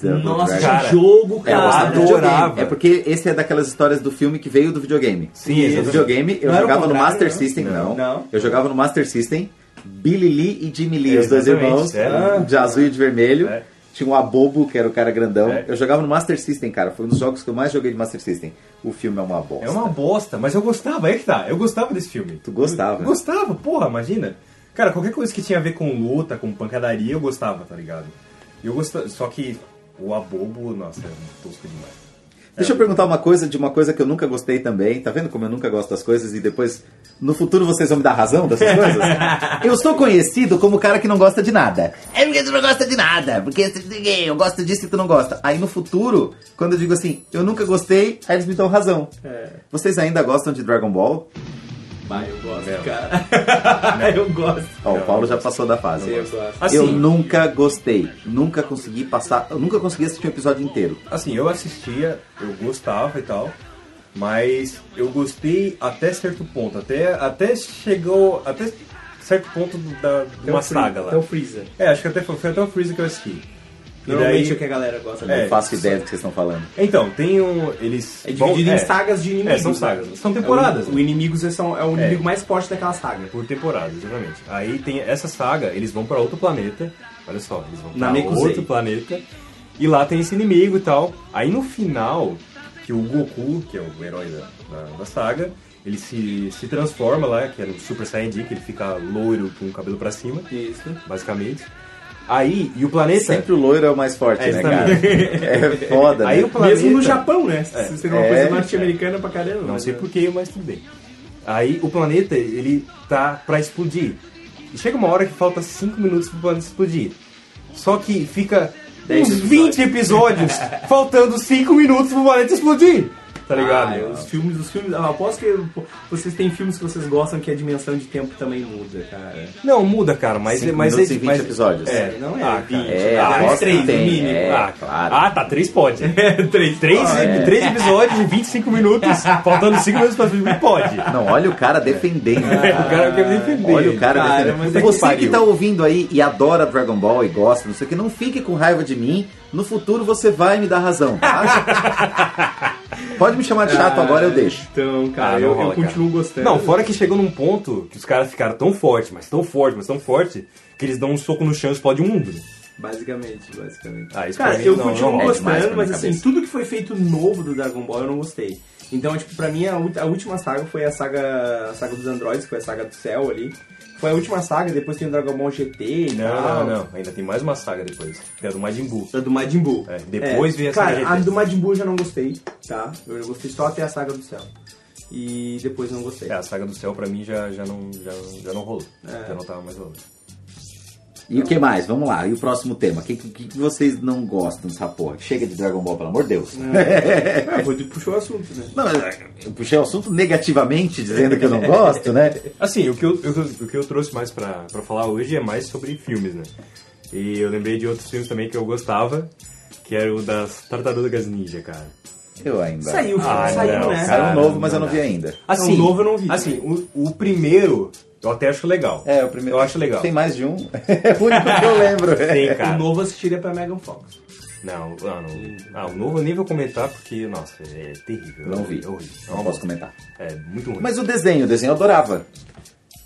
Double Nossa, Dragon. Cara, jogo, É, eu gostava cara. do videogame. adorava. É porque esse é daquelas histórias do filme que veio do videogame. Sim, Esse exatamente. videogame eu Não era o jogava no contrário, Master não? System, não. Não. Eu jogava no Master System, Billy Lee e Jimmy Lee, É, os dois exatamente, irmãos, um é. de azul e de vermelho. É. Tinha o Abobo, que era o cara grandão. É. Eu jogava no Master System, cara. Foi um dos jogos que eu mais joguei de Master System. O filme é uma bosta. É uma bosta, mas eu gostava, aí que tá. Eu gostava desse filme. Tu gostava. Eu gostava, porra, imagina. Cara, qualquer coisa que tinha a ver com luta, com pancadaria, eu gostava, tá ligado? Eu gostava, só que o abobo, nossa, é um tosco demais. Deixa eu perguntar uma coisa de uma coisa que eu nunca gostei também. Tá vendo como eu nunca gosto das coisas e depois, no futuro, vocês vão me dar razão dessas coisas? eu sou conhecido como o cara que não gosta de nada. É porque tu não gosta de nada. Porque eu gosto disso e tu não gosta. Aí no futuro, quando eu digo assim, eu nunca gostei, aí eles me dão razão. É. Vocês ainda gostam de Dragon Ball? Bah, eu gosto, Não. cara. eu gosto. Ó, o Não, Paulo já passou da fase. Eu gosto. Assim, eu nunca gostei. Nunca consegui passar. Eu nunca consegui assistir um episódio inteiro. assim, eu assistia, eu gostava e tal, mas eu gostei até certo ponto, até, até chegou, até certo ponto do- da, de Até uma o Freeza- saga lá. Até o Freeza. É, acho que até foi, foi até o Freeza que eu assisti. E Normalmente daí- o que a galera gosta. né? É. Não faço ideia do que vocês estão falando. Então, tem um, eles... É vão- dividido é, em sagas de inimigos. É, são né? sagas. São temporadas, É, o, né? o inimigos é, são, é o inimigo É. mais forte daquela saga. Por temporada, exatamente. Aí tem essa saga, eles vão pra outro planeta. Olha só, eles vão pra Namekusei. outro planeta. E lá tem esse inimigo e tal. Aí no final, que o Goku, que é o herói da, da, da saga, ele se, se transforma lá, que era o Super Saiyajin, que ele fica loiro com o cabelo pra cima, Isso. basicamente. Aí, e o planeta. Sempre o loiro é o mais forte, É, né, isso cara? É foda, Aí né? o planeta. Mesmo no Japão, né? É. Se você tem uma É. coisa norte-americana pra caramba. Não mas sei é. porquê, mas tudo bem. Aí o planeta, ele tá pra explodir. E chega uma hora que falta 5 minutos pro planeta explodir. Só que fica Dez uns episódios. 20 episódios faltando 5 minutos pro planeta explodir. Tá ligado? Ah, os filmes, os filmes. ah, aposto que pô, vocês têm filmes que vocês gostam que a dimensão de tempo também muda, cara. Não, muda, cara, mas... Cinco mas minutos é- e 20 mas- episódios. É, Não é Ah, 20, cara. É, Ah, aposto mas que três, tem, no mínimo. é, ah, claro. Ah, é. ah, tá, 3 pode. 3 três, três episódios de 25 minutos, faltando 5 minutos pra explodir, pode. Não, olha o cara defendendo. o cara quer me defender. Ah, Olha o cara, Cara, defendendo. mas é que Você que, pariu. tá ouvindo aí e adora Dragon Ball e gosta, não sei o que, não fique com raiva de mim. No futuro você vai me dar razão, tá? Pode me chamar de chato agora, eu deixo. Então, cara, Ah, não eu, eu rola, cara. continuo gostando. Não, fora que chegou num ponto que os caras ficaram tão fortes, mas tão fortes, mas tão fortes, que eles dão um soco no chão e explode o mundo. Basicamente, basicamente. Ah, isso pra cara, mim eu não- continuo não rola. É demais pra gostando, minha mas assim, cabeça. tudo que foi feito novo do Dragon Ball eu não gostei. Então, tipo, pra mim a, ult- a última saga foi a saga, a saga dos androides, que foi a saga do céu ali. Foi a última saga, depois tem o Dragon Ball GT e Não, tal. não, não. Ainda tem mais uma saga depois, que é do Majin Buu. A do Majin Buu. É, depois veio a saga Cara, a GT. do Majin Buu eu já não gostei, tá? Eu já gostei só até a saga do céu. E depois eu não gostei. É, a saga do céu pra mim já, já, não, já, já não rolou. É. Já não tava mais rolando. E o que mais? Vamos lá. E o próximo tema? O que, que- que vocês não gostam dessa porra? Chega de Dragon Ball, pelo amor de Deus. Ah, vou puxou o assunto, né? Não, eu puxei o assunto negativamente, dizendo que eu não gosto, né? Assim, o que eu, eu- o que eu trouxe mais pra, pra falar hoje é mais sobre filmes, né? E eu lembrei de outros filmes também que eu gostava, que era o das Tartarugas Ninja, cara. Eu ainda. Saiu, Ah, saiu, não, né? cara. Saiu um novo, mas não eu não dá. vi ainda. Assim, o É um novo eu não vi Assim, o, o primeiro eu até acho legal. É, o primeiro. Eu acho legal. Tem mais de um. É o único que eu lembro. É. Tem, cara. É, O novo assistiria pra Megan Fox. Não, ah, não. Ah, o novo eu nem vou comentar porque, nossa, é terrível. Não É vi. horrível, horrível. Não posso comentar. É muito ruim. Mas o desenho, o desenho eu adorava.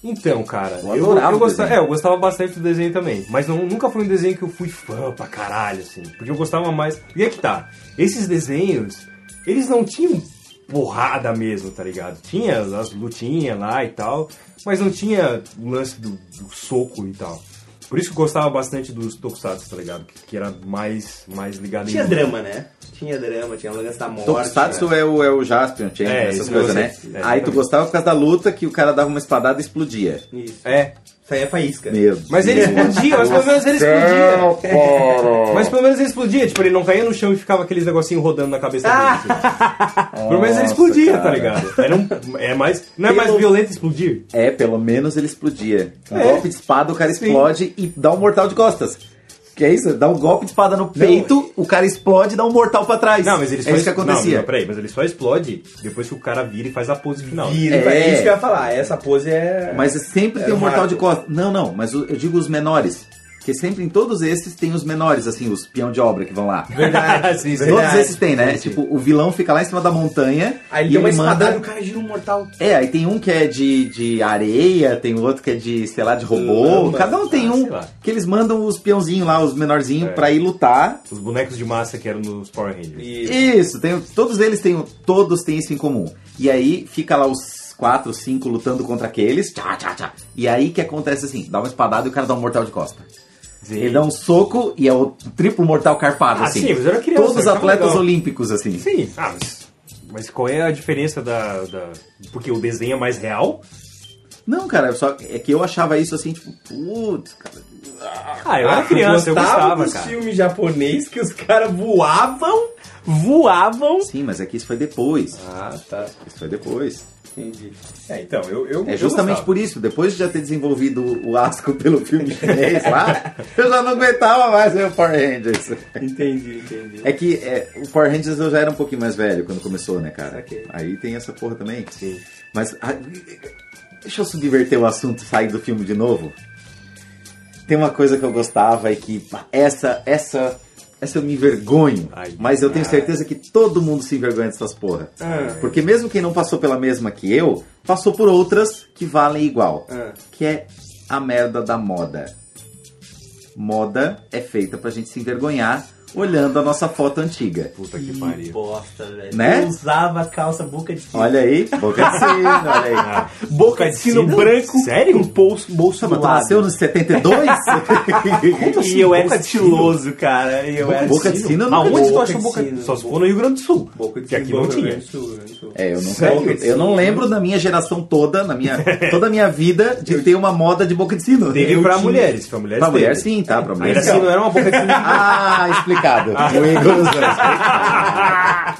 então, cara, Eu adorava o gostava, desenho. é, eu gostava bastante do desenho também. Mas não- nunca foi um desenho que eu fui fã pra caralho, assim. Porque eu gostava mais. E é que tá. Esses desenhos, eles não tinham porrada mesmo, tá ligado? Tinha as lutinhas lá e tal, mas não tinha o lance do, do soco e tal. Por isso que eu gostava bastante dos Tokusatsu, tá ligado? Que, que era mais, mais ligado Tinha em... drama, né? Tinha drama, tinha lance da morte. Tokusatsu né? é o, é o Jaspion, tinha É, essas isso coisas, eu né? sei. É, Aí tu exatamente. gostava por causa da luta que o cara dava uma espadada e explodia. Isso. É, Isso aí é faísca. Meu mas ele Deus. explodia, mas pelo menos ele explodia. Céu, cara. Mas pelo menos ele explodia, tipo, ele não caía no chão e ficava aqueles negocinhos rodando na cabeça dele. assim. pelo menos ele Ah. Nossa, explodia, tá cara. ligado? Era um, é mais, não é mais Pelo- violento explodir? É, pelo menos ele explodia. Um É. golpe de espada, o cara Sim. explode e dá um mortal de costas. Que é isso? Dá um golpe de espada no peito, o cara explode e dá um mortal pra trás. Não, mas ele só é isso que não, acontecia. Não, peraí, mas ele só explode depois que o cara vira e faz a pose final. né? Vira, É. é isso que eu ia falar. Essa pose é. Mas sempre Era tem um um mortal marco. de costas. Não, não, mas o- eu digo os menores. Porque sempre em todos esses tem os menores, assim, os peão de obra que vão lá. Verdade, Sim, sim. verdade. Todos esses tem, né? Tipo, o vilão fica lá em cima da montanha Aí ele e deu uma ele espadada manda... e o cara gira um mortal. É, aí tem um que é de, de areia, tem o outro que é de, sei lá, de robô. Lama. Cada um tem Ah, um sei lá. que eles mandam os peãozinhos lá, os É. menorzinhos, pra ir lutar. Os bonecos de massa que eram nos Power Rangers. E... Isso, tem, todos eles têm, todos têm isso em comum. E aí fica lá os quatro, cinco lutando contra aqueles. Tchá, tchá, tchá. E aí que acontece assim, dá uma espadada e o cara dá um mortal de costa. Sim. Ele dá um soco e é o triplo mortal carpado, Ah, assim. sim, é mas eu era criança, todos os eu achava atletas legal. olímpicos, assim. Sim. Ah, mas, mas qual é a diferença da, da- Porque o desenho é mais real? Não, cara, só é que eu achava isso assim, tipo, putz, cara. Ah, eu era criança, eu gostava, dos cara. filmes japonês que os caras voavam, voavam. Sim, mas é que isso foi depois. Ah, tá. Isso foi depois. Entendi. É, então, eu. É justamente por isso, depois de já ter desenvolvido o asco pelo filme chinês lá, eu já não aguentava mais ver o Power Rangers. Entendi, entendi. É que é, o Power Rangers eu já era um pouquinho mais velho quando começou, né, cara? Saquei. Aí tem essa porra também. Sim. Mas ah, deixa eu subverter o assunto, sair do filme de novo. Tem uma coisa que eu gostava e que pá, essa, essa, essa eu me envergonho. Ai, mas eu tenho ai. certeza que todo mundo se envergonha dessas porra. Ah. Porque mesmo quem não passou pela mesma que eu, passou por outras que valem igual. Ah. Que é a merda da moda. Moda é feita pra gente se envergonhar olhando a nossa foto antiga. Puta que Que pariu. bosta, velho. Né? Eu usava calça boca de sino. Olha aí, boca de sino, assim, olha aí. Ah, boca de sino branco. Sério? Com bolso, bolso Mas tu nasceu nos 72? E eu era Boca de sino? estiloso, cara. E eu Boca era de assim. sino? eu nunca Aonde vi. tu Boca achou de boca de sino. sino? Só se for no Rio Grande do Sul. Boca de que aqui não tinha. É, eu não, Sério? lembro, eu não lembro na minha geração toda, na minha, toda a minha vida, de ter uma moda de boca de sino. Teve pra Eu mulheres, pra mulheres. Pra mulher teve. sim, tá? Pra mulher Ainda assim, sim. não era uma boca de sino. Ah, explicado. O Igor usou, explicado.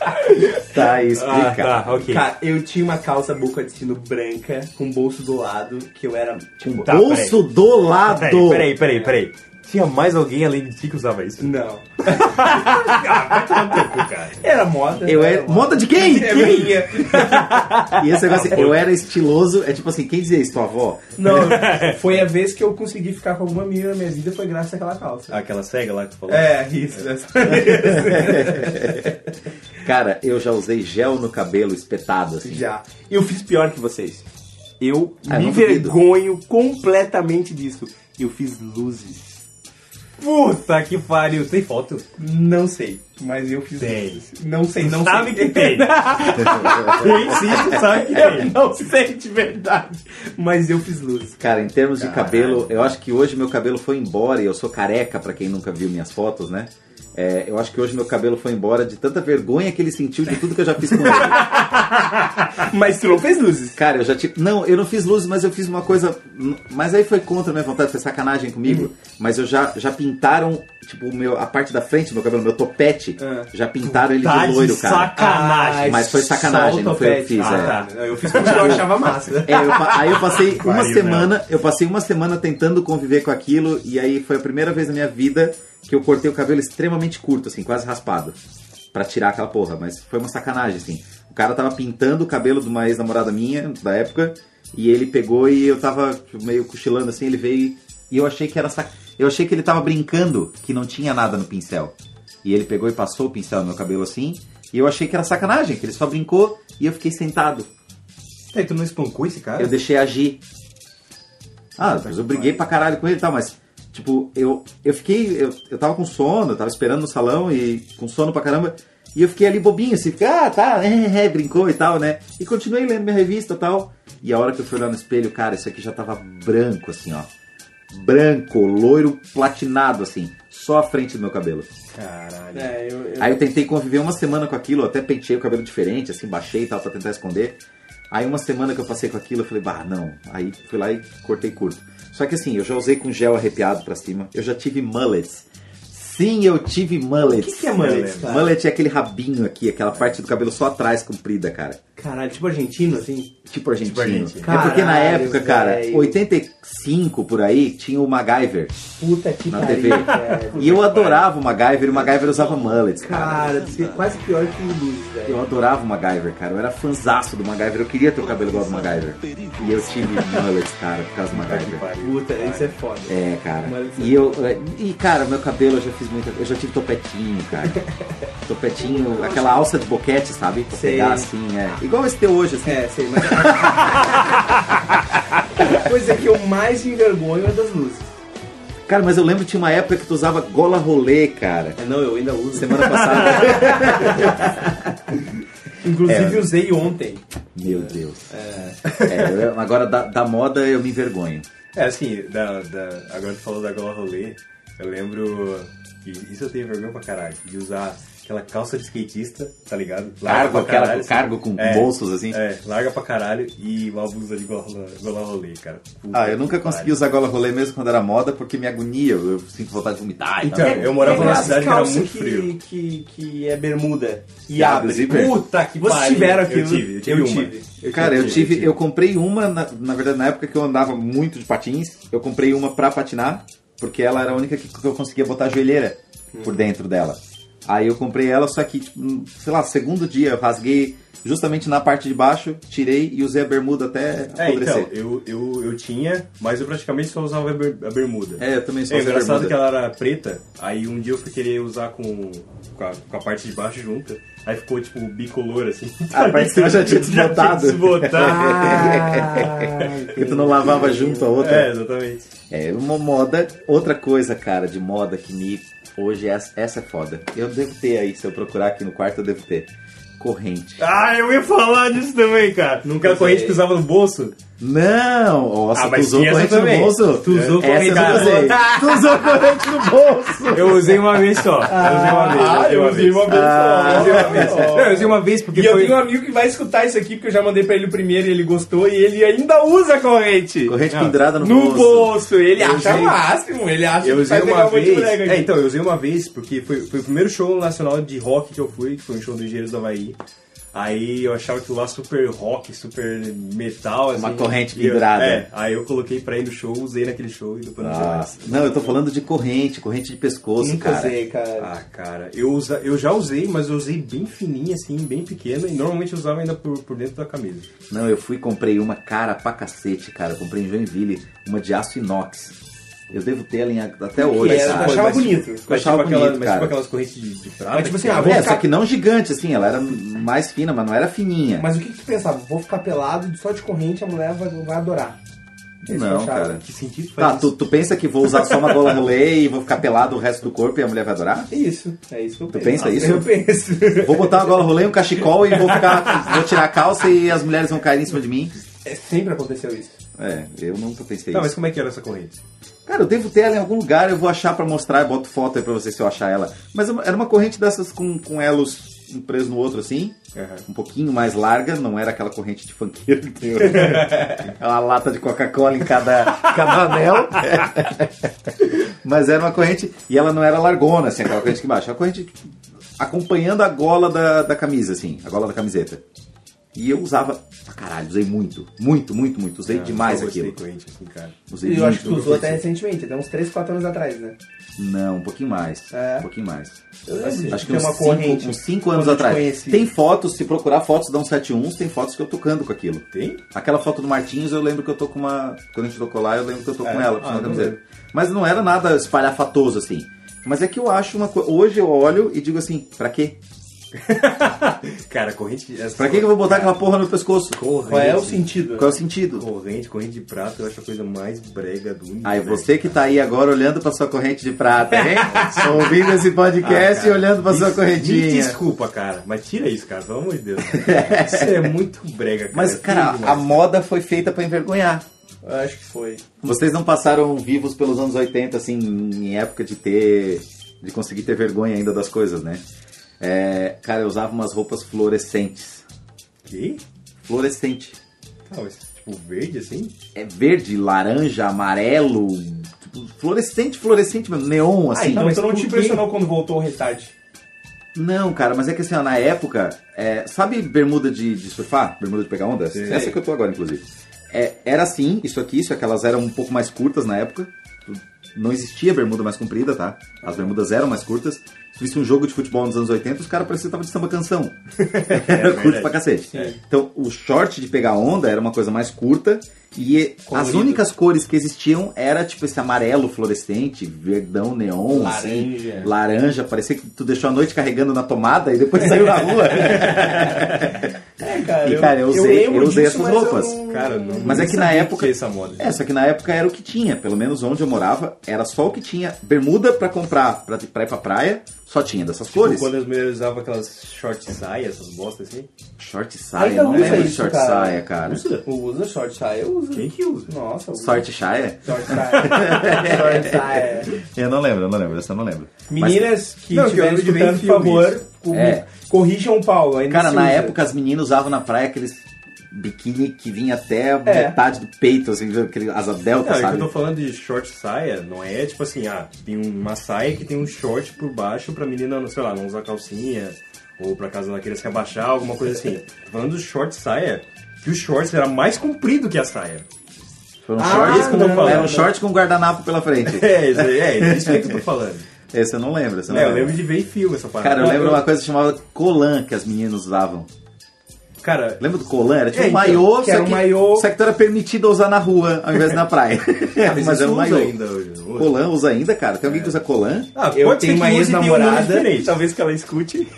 Tá ah, explicado. tá, ok. Cara, eu tinha uma calça boca de sino branca com bolso do lado que eu era. Um Tá, bolso do lado. Peraí, peraí, peraí, peraí. Tinha mais alguém além de ti que usava isso? Não. cara. Era moda. Eu era. Moda de quem? É minha. E esse negócio assim, eu era estiloso. É tipo assim, quem dizia isso? Tua avó? Não, foi a vez que eu consegui ficar com alguma menina na minha vida foi graças àquela calça. Aquela cega lá que tu falou? É, isso. Essa... Cara, eu já usei gel no cabelo espetado, assim. Já. Eu fiz pior que vocês. Eu Ah, me não duvido. vergonho completamente disso. Eu fiz luzes. Puta que pariu. Tem foto? Não sei, mas eu fiz Tem. luzes. Não sei, não sabe sei. que tem. Quem insiste sabe que tem. não sei de verdade. Mas eu fiz luzes. Cara, em termos de cabelo, eu acho que hoje meu cabelo foi embora, e eu sou careca, pra quem nunca viu minhas fotos, né? É, eu acho que hoje meu cabelo foi embora de tanta vergonha que ele sentiu de tudo que eu já fiz com ele. Mas tu não fez luzes. Cara, eu já tive. Não, eu não fiz luzes, mas eu fiz uma coisa. Mas aí foi contra a minha vontade, foi sacanagem comigo. Mas eu já, já pintaram, tipo, o meu, a parte da frente do meu cabelo, meu topete, Ah. já pintaram ele Tá de de loiro, cara. Ah, Ah, sacanagem. Mas foi sacanagem, não foi eu que fiz, Ah, é. tá. Eu fiz porque eu achava massa. É, eu pa- aí eu passei uma Pariu, semana, eu passei uma semana tentando conviver com aquilo, e aí foi a primeira vez na minha vida que eu cortei o cabelo extremamente curto, assim, quase raspado. Pra tirar aquela porra, mas foi uma sacanagem, assim. O cara tava pintando o cabelo de uma ex-namorada minha, da época, e ele pegou e eu tava tipo, meio cochilando assim, ele veio e eu achei que era sac... Eu achei que ele tava brincando, que não tinha nada no pincel. E ele pegou e passou o pincel no meu cabelo assim, e eu achei que era sacanagem, que ele só brincou e eu fiquei sentado. Tá, e tu não espancou esse cara? Eu deixei agir. Ah, mas eu briguei pra caralho com ele e tal, mas, tipo, eu, eu fiquei. Eu, eu tava com sono, eu tava esperando no salão e com sono pra caramba. E eu fiquei ali bobinho, assim, ah, tá, é, é, brincou e tal, né? E continuei lendo minha revista e tal. E a hora que eu fui olhar no espelho, cara, isso aqui já tava branco, assim, ó. branco, loiro, platinado, assim, só à frente do meu cabelo. Caralho. É, eu, eu- Aí eu tentei conviver uma semana com aquilo, eu até penteei o cabelo diferente, assim, baixei e tal, pra tentar esconder. Aí uma semana que eu passei com aquilo, eu falei, bah, não. Aí fui lá e cortei curto. Só que assim, eu já usei com gel arrepiado pra cima, eu já tive mullets. Sim, eu tive mullets. O que que é mullet, cara? Mullet é aquele rabinho aqui, aquela parte do cabelo só atrás comprida, cara. Caralho, tipo argentino, assim. Tipo argentino. argentino. é porque na Caralho, época, cara, velho. 85 por aí, tinha o MacGyver. Puta que Na pariu, TV. velho. E eu adorava o MacGyver e o MacGyver usava mullets, cara. Cara, você é quase pior que o Luiz, velho. Eu adorava o MacGyver, cara. Eu era fanzaço do MacGyver. Eu queria ter o cabelo igual do MacGyver. E eu tive mullets, cara, por causa do MacGyver. Puta, isso é foda. É, cara. Mullets E eu. é, E, cara, meu cabelo eu já fiz muita. Eu já tive topetinho, cara. Topetinho, aquela alça de boquete, sabe? Pra Sei. pegar assim, é. Igual esse teu hoje, assim. É, sei, mas. A coisa que eu mais me envergonho é das luzes. Cara, mas eu lembro que tinha uma época que tu usava gola rolê, cara. É, Não, eu ainda uso. Semana passada. Inclusive usei ontem. Meu Deus. É, eu- agora da, da moda eu me envergonho. É, assim, da, da- agora tu falou da gola rolê, eu lembro que isso eu tenho vergonha pra caralho, de usar aquela calça de skatista, tá ligado? Cargo, pra aquela caralho, assim. com cargo com bolsos, assim. É, larga pra caralho e uma blusa de gola, gola rolê, cara. Puta Ah, eu nunca que consegui pariu. usar gola rolê mesmo quando era moda, porque me agonia, eu, eu sinto vontade de vomitar e Então, tal. eu morava é numa essas cidade que era calças muito que, frio. Que, que é bermuda e Que abre abre. o zíper? Puta que Vocês pariu. tiveram Eu aquilo? tive, eu tive. Eu um uma. tive. Cara, eu tive, eu comprei uma, na, na verdade, na época que eu andava muito de patins, eu comprei uma pra patinar, porque ela era a única que, que eu conseguia botar a joelheira Hum. por dentro dela. Aí eu comprei ela, só que, tipo, hum, sei lá, segundo dia eu rasguei justamente na parte de baixo, tirei e usei a bermuda até É, então, apodrecer. eu, eu, eu tinha, mas eu praticamente só usava a ber- a bermuda. É, eu também sou É engraçado que ela era preta, aí um dia eu fui querer usar com, com, a, com a parte de baixo junta, aí ficou tipo bicolor assim. Ah, parece que ela já tinha desbotado. desbotado. Ah. Porque tu não lavava junto a outra. É, exatamente. É uma moda. Outra coisa, cara, de moda que me. Hoje essa, essa é foda. Eu devo ter aí, se eu procurar aqui no quarto, eu devo ter. Corrente. Ah, eu ia falar disso também, cara. Nunca a corrente que usava no bolso. Não! Nossa, Ah, tu mas usou tinha essa corrente no também. bolso? Tu usou essa corrente eu não no usei. Tu usou corrente no bolso! Eu usei uma vez só. Eu usei uma vez. Ah, eu usei uma vez Eu usei uma vez. Não, eu usei uma vez porque E eu foi. tenho um amigo que vai escutar isso aqui, porque eu já mandei pra ele o primeiro e ele gostou, e ele ainda usa a corrente. Corrente pendurada no, No bolso. bolso, ele Eu acha usei- o máximo, ele acha Eu que usei vai uma pegar um monte de vez. moleque aqui. É, então, eu usei uma vez, porque foi, foi o primeiro show nacional de rock que eu fui, que foi um show do Engenheiros do Havaí. Aí eu achava aquilo lá super rock, super metal. Uma assim. corrente E eu- pendurada. É, aí eu coloquei pra ir no show, usei naquele show e depois não usei Ah, mais. não, eu tô falando de corrente, corrente de pescoço, Nunca cara. usei, cara. Ah, cara, eu, usa, eu já usei, mas eu usei bem fininha, assim, bem pequena, e normalmente eu usava ainda por, por dentro da camisa. Não, eu fui e comprei uma cara pra cacete, cara. Eu comprei em Joinville, uma de aço inox. Eu devo ter ela em- até hoje. era? cara. Tu achava bonito. Eu achava tipo aquela- bonito, mas cara. tipo aquelas correntes de, de prata. Mas tipo assim, que- ah, vou É, ficar... só que não gigante, assim, ela era mais fina, mas não era fininha. Mas o que que tu pensava? Vou ficar pelado, só de corrente, a mulher vai, vai adorar. Esse é não, que eu achava. cara. Que sentido faz Tá, isso? tu, tu pensa que vou usar só uma gola rolê e vou ficar pelado o resto do corpo e a mulher vai adorar? Isso, é isso que eu Tu penso. pensa isso? Eu penso. Vou botar uma gola rolê, um cachecol e vou ficar. vou tirar a calça e as mulheres vão cair em cima de mim. É, sempre aconteceu isso. É, eu nunca pensei Tá, mas isso. como é que era essa corrente? Cara, eu devo ter ela em algum lugar, eu vou achar pra mostrar, eu boto foto aí pra vocês se eu achar ela. Mas é uma- era uma corrente dessas com, com elos um preso no outro assim, um pouquinho mais larga, não era aquela corrente de funkeiro que tem hoje. É uma lata de Coca-Cola em cada, cada anel. Mas era uma corrente, e ela não era largona, assim, aquela corrente que baixa. A corrente tipo, acompanhando a gola da, da camisa, assim, a gola da camiseta. E eu usava pra caralho, usei muito, muito, muito, muito. Usei demais Eu gostei aquilo. de corrente, assim, cara. Usei É, E eu acho que tu muito. usou até recentemente, até uns 3, 4 anos atrás, né? Não, um pouquinho mais. É? Um pouquinho mais. Eu lembro de Acho que ter uns Assim, uma corrente 5 cinco anos quando eu te atrás. conheci. Tem fotos, se procurar fotos da 171, tem fotos que eu tocando com aquilo. Tem? Aquela foto do Martins, eu lembro que eu tô com uma. Quando a gente tocou lá, eu lembro que eu tô É, com ela, ah, com a não camiseta. lembro. Mas não era nada espalhafatoso assim. Mas é que eu acho uma coisa. Hoje eu olho e digo assim: pra quê? Cara, corrente... Essa... Pra que que eu vou botar aquela porra no pescoço? Corrente. Qual é o sentido? Qual é o sentido? Corrente, corrente de prata, eu acho a coisa mais brega do Ah, mundo. Aí você que tá aí agora olhando pra sua corrente de prata, hein? Ouvindo esse podcast e olhando pra sua Ah, Me correntinha. desculpa, cara, mas tira isso, cara, pelo amor de Deus. Isso é muito brega, cara. Mas, É cara, feio a demais. moda foi feita pra envergonhar. Eu acho que foi. Vocês não passaram vivos pelos anos 80, assim, em época de ter. de conseguir ter vergonha ainda das coisas, né? É, cara, eu usava umas roupas fluorescentes. Que? Fluorescente. Tá, mas tipo verde assim? É verde, laranja, amarelo. Tipo, fluorescente, fluorescente mesmo, neon, assim. então- Mas Mas tu não por te quê? impressionou quando voltou o retard? Não, cara, mas é que assim, ó, na época, é, sabe bermuda de, de surfar? Bermuda de pegar onda? Essa que eu tô agora, inclusive. É, era assim, isso aqui, isso aqui, elas eram um pouco mais curtas na época. Não existia bermuda mais comprida, tá? As bermudas eram mais curtas. Se visse um jogo de futebol nos anos 80, os caras pareciam que tava de samba canção. era curto pra cacete. Então, o short de pegar onda era uma coisa mais curta. E as únicas cores que existiam era tipo esse amarelo fluorescente, verdão neon, assim Laranja. laranja, parecia que tu deixou a noite carregando na tomada e depois saiu na rua. É, cara, E, cara, eu usei- lembro eu usei disso, essas mas eu roupas. não- Cara, não. Mas é que não na sabia época- tinha essa moda. é, só que na época era o que tinha, pelo menos onde eu morava, era só o que tinha. Bermuda pra comprar, pra, pra ir pra praia, só tinha dessas Tipo, flores. quando as mulheres usavam aquelas short saias, essas bostas assim. Short saia, Ainda não usa lembro de isso, short cara. saia, cara. Usa short saia, eu uso. Quem que usa? Nossa, usa. Sorte saia? Short saia. short saia. Eu não lembro, eu não lembro, essa eu não lembro. Meninas que Não, que eu estiverem lembro de ver em escutando, por favor, co- É. corrijam o Paulo. Ainda Cara, se na usa. época as meninas usavam na praia aqueles biquíni que vinha até a É. metade do peito, assim, aquele asa delta, Não, é que eu sabe? tô falando de short saia, não é tipo assim, ah, tem uma saia que tem um short por baixo pra menina, sei lá, não usar calcinha, ou pra caso ela queira se abaixar, alguma coisa assim. tô falando do short saia, que o short era mais comprido que a saia. Foi um Ah, short, isso que eu tô falando. era um short com guardanapo pela frente. É, isso, aí, é, isso aí que eu tô falando. Esse eu não lembro, esse eu não É, eu lembro. lembro de ver em fio essa parada. Tá. Cara, eu lembro uma coisa que chamava colan que as meninas usavam. Cara, Lembra do colan? Era tipo É, um então, maiô, que só era um que, maiô. só que tu era permitido usar na rua ao invés de na praia. Ah, isso era um usa maiô. ainda hoje. não usa? Colan usa ainda, cara? Tem alguém que usa colan? Ah, Eu pode ser tenho que uma use e tenha um nome ex-namorada, diferente. talvez que ela escute,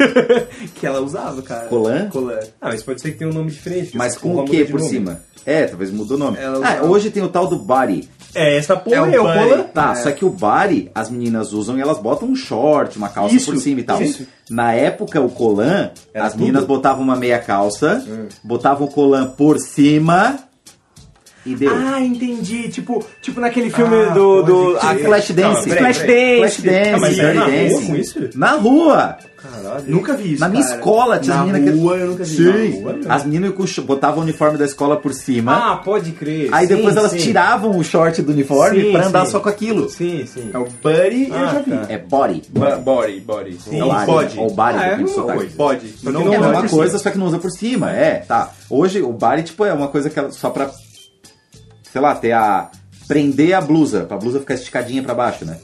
que ela usava, cara. Colan? Colan. Ah, mas pode ser que tenha um nome diferente. Mas Essa com porra o que muda de por nome. cima? É, talvez mudou o nome. Ela Ah, usava- hoje tem o tal do body. É, essa É o porra é, o body. colan. Tá, só que o body, as meninas usam e elas botam um short, uma calça Isso, por cima e tal. isso. Na época, o colan, Era as meninas tudo. Hum. botavam uma meia calça, botavam o colan por cima e deu. Ah, entendi. Tipo, tipo naquele filme filme Ah, do- do. do- pode Ah, Flash Dance. Não, peraí, peraí. Flash Dance, Ah, mas Dirty era na rua Dancing. com isso? Na rua! Caralho. Nunca vi isso. na minha cara. escola tinha Na as meninas rua que. eu nunca vi. Sim. Na rua, não. As meninas com ch- botavam o uniforme da escola por cima. Ah, pode crer. aí sim, depois elas sim. tiravam o short do uniforme Sim, pra andar sim. só com aquilo. Sim, sim. Tá É o Buddy eu Ah, já vi. tá. É body. Ba- Body, body. um Sim, ou body. body. Ou body, Ah, é a depende do mesma sotaque. coisa. Body. Só que não Então, É usa a mesma por coisa, cima. só que não usa por cima. É, tá. Hoje o body, tipo, é uma coisa que ela, só pra. Sei lá, ter a. Prender a blusa, pra blusa ficar esticadinha pra baixo, né?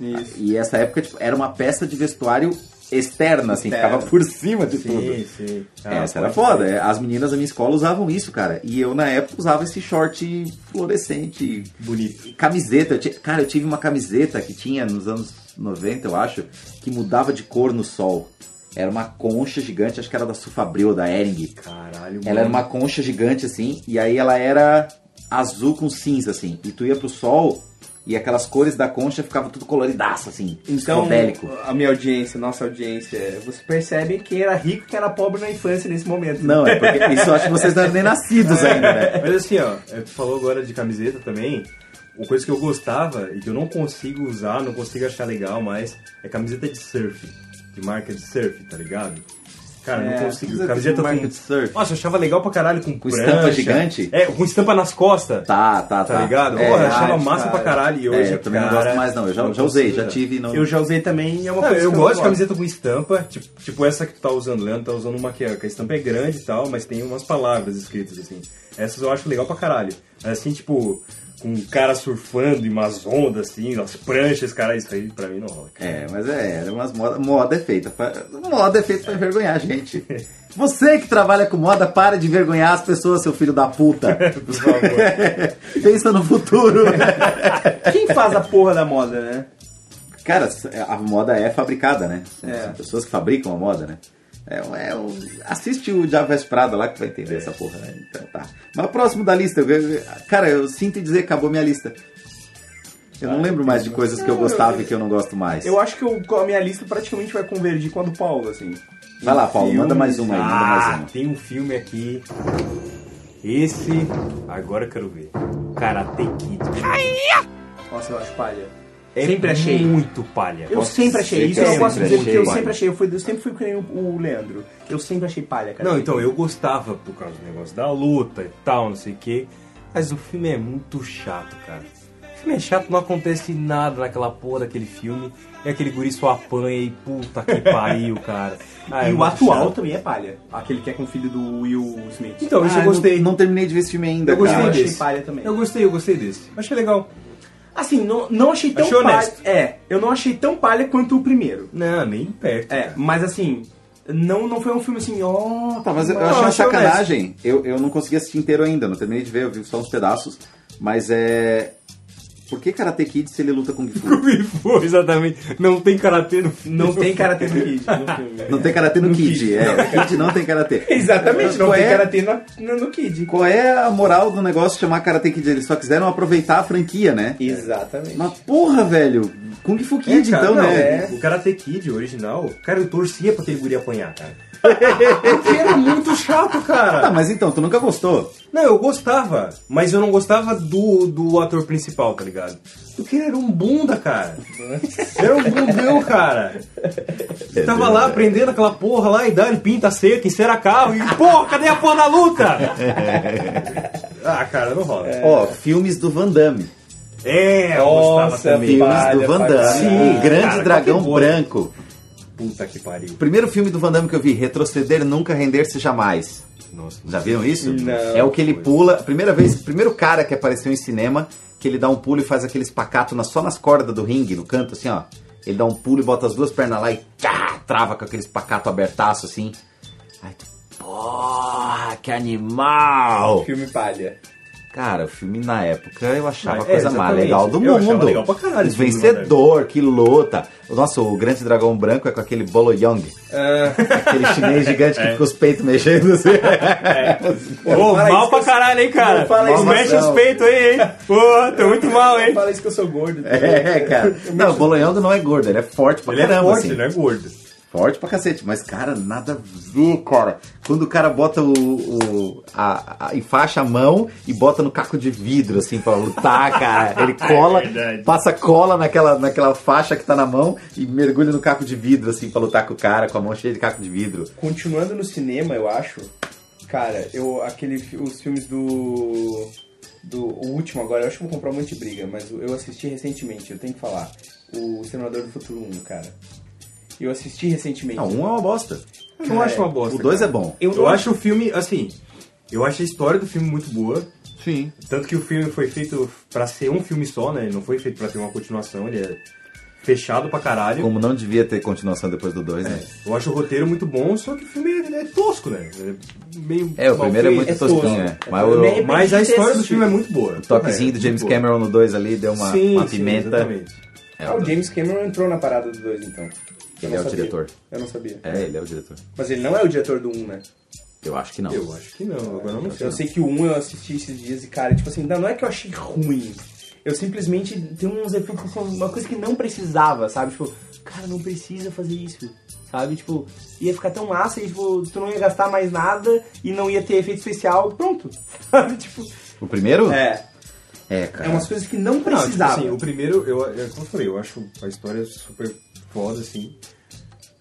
Isso. E essa época tipo, era uma peça de vestuário externa, assim, Externa. ficava por cima de tudo. Sim, sim. Ah, Essa era pode foda. crer. é, As meninas da minha escola usavam isso, cara. E eu, na época, usava esse short fluorescente. Bonito. Camiseta. Eu ti- Cara, eu tive uma camiseta que tinha nos anos 90, eu acho, que mudava de cor no sol. Era uma concha gigante, acho que era da Sufabril, da Ering. Caralho, Ela era uma concha gigante, assim, e aí ela era azul com cinza, assim. E tu ia pro sol e aquelas cores da concha ficavam tudo coloridaço, assim. Então, psicodélico. a minha audiência, nossa audiência, você percebe quem era rico e quem era pobre na infância nesse momento. Não, é porque isso eu acho que vocês não eram nem nascidos ainda, né? Mas assim, ó, é, tu falou agora de camiseta também. Uma coisa que eu gostava e que eu não consigo usar, não consigo achar legal mais, é camiseta de surf. De marca de surf, tá ligado? Cara, É, não consigo. camiseta de Camiseta assim. marca com- de surf. Nossa, eu achava legal pra caralho com, Com estampa prancha. gigante? É, com estampa nas costas. Tá, tá, Tá, tá. ligado? É, Porra, eu ah, achava verdade, massa cara. pra caralho. E é, hoje, eu também não cara, gosto mais, não. Eu já, já consigo usei, já usar. tive. Não... Eu já usei também e é uma Não, coisa eu que gosto de não camiseta com estampa, tipo, tipo essa que tu tá usando, Leandro tá usando uma que a que a estampa é grande e tal, mas tem umas palavras escritas assim. Essas eu acho legal pra caralho. Mas assim, tipo, com um cara surfando e umas ondas assim, as pranchas, cara, isso aí pra mim não rola. cara. É, mas é, era umas moda, moda é feita pra, moda é feita pra envergonhar a gente. Você que trabalha com moda, para de envergonhar as pessoas, seu filho da puta. Por favor. Pensa no futuro. Quem faz a porra da moda, né? Cara, a moda é fabricada, né? São, É. são pessoas que fabricam a moda, né? É, é o- assiste o Diabo Veste Prada lá que tu vai entender essa porra. Né? Então tá. Mas próximo da lista, eu- eu- cara, eu sinto em dizer que acabou minha lista. Eu não lembro mais de coisas que eu gostava e que eu não gosto mais. Eu acho que eu- a minha lista praticamente vai convergir com a do Paulo, assim. um Vai lá, Paulo, manda mais uma aí, manda mais Ah, uma. tem um filme aqui Esse, agora eu quero ver. Karate Kid. Nossa, eu acho palha. É sempre achei. Muito palha. Eu sempre achei. Isso eu é sempre posso dizer, porque eu achei. sempre achei. Eu, fui, eu sempre fui que nem o, o Leandro. Eu sempre achei palha, cara. Não, então, eu gostava por causa do negócio da luta e tal, não sei o quê. Mas o filme é muito chato, cara. O filme é chato, não acontece nada naquela porra daquele filme. É aquele guri só apanha e puta que pariu, cara. Ah, é e o muito atual chato. também é palha. Aquele que é com o filho do Will Smith. Então, isso Ah, eu gostei. Não, não terminei de ver esse filme ainda, Eu gostei cara. achei desse. palha também. Eu gostei, eu gostei desse. Achei legal. Assim, não, não achei tão Achei palha. honesto. É, eu não achei tão palha quanto o primeiro. Não, nem perto. É, mas assim, não, não foi um filme assim, ó. Tá, mas eu Não, achei uma achei sacanagem. Eu, eu não consegui assistir inteiro ainda, não terminei de ver, eu vi só uns pedaços. Mas é. Por que Karate Kid se ele luta com Kung Fu? Foi, exatamente. Não tem karatê no filme. Não tem Karate no Kid no filme. Não tem Karate no, Kid, é. Kid não tem Karate. Exatamente, não Qual tem é? Karate no, no, no Kid. Qual é a moral do negócio de chamar Karate Kid? Eles só quiseram aproveitar a franquia, né? Exatamente. Mas porra, velho! Kung Fu É, Kid, É, cara, então, não, né? O Karate Kid original, cara, eu torcia pra aquele guri apanhar, cara. Porque era muito chato, cara. Tá, mas então, tu nunca gostou? Não, eu gostava, mas eu não gostava do, do ator principal, tá ligado? Porque ele era um bunda, cara. Era um bundão, cara. Ele tava lá aprendendo aquela porra lá e dá, ele pinta seca, encera carro e porra, cadê a porra da luta? Ah, cara, não rola. É, Ó, filmes do Van Damme. eu Nossa, gostava também. Filmes Palha, do Van Damme. Sim, o Grande cara, Dragão qualquer coisa. Branco. Puta que pariu. O primeiro filme do Van Damme que eu vi, Retroceder Nunca Render-se Jamais. Nossa. Já viram isso? Não. É o que ele pula. Primeira vez, primeiro cara que apareceu em cinema, que ele dá um pulo e faz aquele espacato na, só nas cordas do ringue, no canto, assim, ó. Ele dá um pulo e bota as duas pernas lá e tá, trava com aquele espacato abertaço, assim. Aí tu, porra, que animal! Filme palha. Cara, o filme na época eu achava a É, coisa mais exatamente. legal do Eu achava mundo. legal pra caralho o esse filme né, do vencedor, que luta. Nossa, o grande dragão branco é com aquele Bolo Young. É. Aquele chinês gigante que fica os peitos mexendo assim. É. Ô, fala mal isso, pra caralho, hein, cara? Não fala Não isso, mexe não. os peitos aí, hein? Pô, tô muito mal, hein? Fala isso que eu sou gordo. É, cara. Não, o Bolonhando não é gordo, ele é forte pra Ele é caramba, forte, assim. ele é gordo. Forte pra cacete, mas, cara, nada a ver, cara. Quando o cara bota o. o a, a, enfaixa a mão e bota no caco de vidro, assim, pra lutar, cara. Ele cola, verdade. passa cola naquela, naquela faixa que tá na mão e mergulha no caco de vidro, assim, pra lutar com o cara, com a mão cheia de caco de vidro. Continuando no cinema, eu acho. Cara, eu. Aquele, fi- os filmes do. Do o último agora, eu acho que vou comprar um monte de briga, mas eu assisti recentemente, eu tenho que falar. O Senador do Futuro 1, cara. Eu assisti recentemente. Não, um é uma bosta. Eu não acho uma bosta. O dois cara. é bom. Eu, acho o filme, assim, eu acho a história do filme muito boa. Sim. Tanto que o filme foi feito pra ser um filme só, né? Ele não foi feito pra ter uma continuação, ele é fechado pra caralho. Como não devia ter continuação depois do dois, né? Eu acho o roteiro muito bom, só que o filme é, é tosco, né? É meio. É, o mal primeiro é feito. muito tosquinho, né? Mas o- tosco. Mas a Eu história do assisti. filme é muito boa. o toquezinho do James Cameron no dois ali deu uma, sim, uma sim, pimenta. exatamente. É, Ah, o o dois. James Cameron entrou na parada do 2, então. Eu Ele não é o sabia. diretor. Eu não sabia. É, ele é o diretor. Mas ele não é o diretor do 1, né? Eu acho que não. Eu acho que não, agora eu não sei. Eu sei que o 1 eu assisti esses dias e, cara, tipo assim, não, não é que eu achei ruim. Eu simplesmente tem uns efeitos que são uma coisa que não precisava, sabe? Tipo, cara, não precisa fazer isso. Sabe? Tipo, ia ficar tão massa e, tipo, tu não ia gastar mais nada e não ia ter efeito especial, pronto. Sabe? Tipo, O primeiro? é. É, É cara. umas coisas que não Não, tipo precisava. assim, o primeiro, eu, eu, como eu falei, eu acho a história super foda, assim.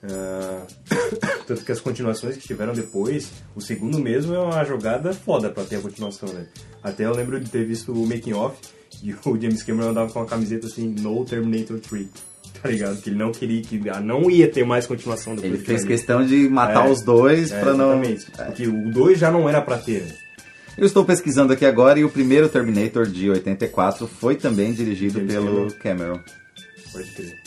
Ah, tanto que as continuações que tiveram depois, o segundo mesmo é uma jogada foda pra ter a continuação, né? Até eu lembro de ter visto o making off e o James Cameron andava com uma camiseta assim, No Terminator 3, tá ligado? Que ele não queria, que ah, não ia ter mais continuação depois Ele de fez ali. questão de matar É, os dois É, pra não. Exatamente. Porque o 2 já não era pra ter. né? Eu estou pesquisando aqui agora e o primeiro Terminator de 84 foi também dirigido James pelo Cameron. Pode crer.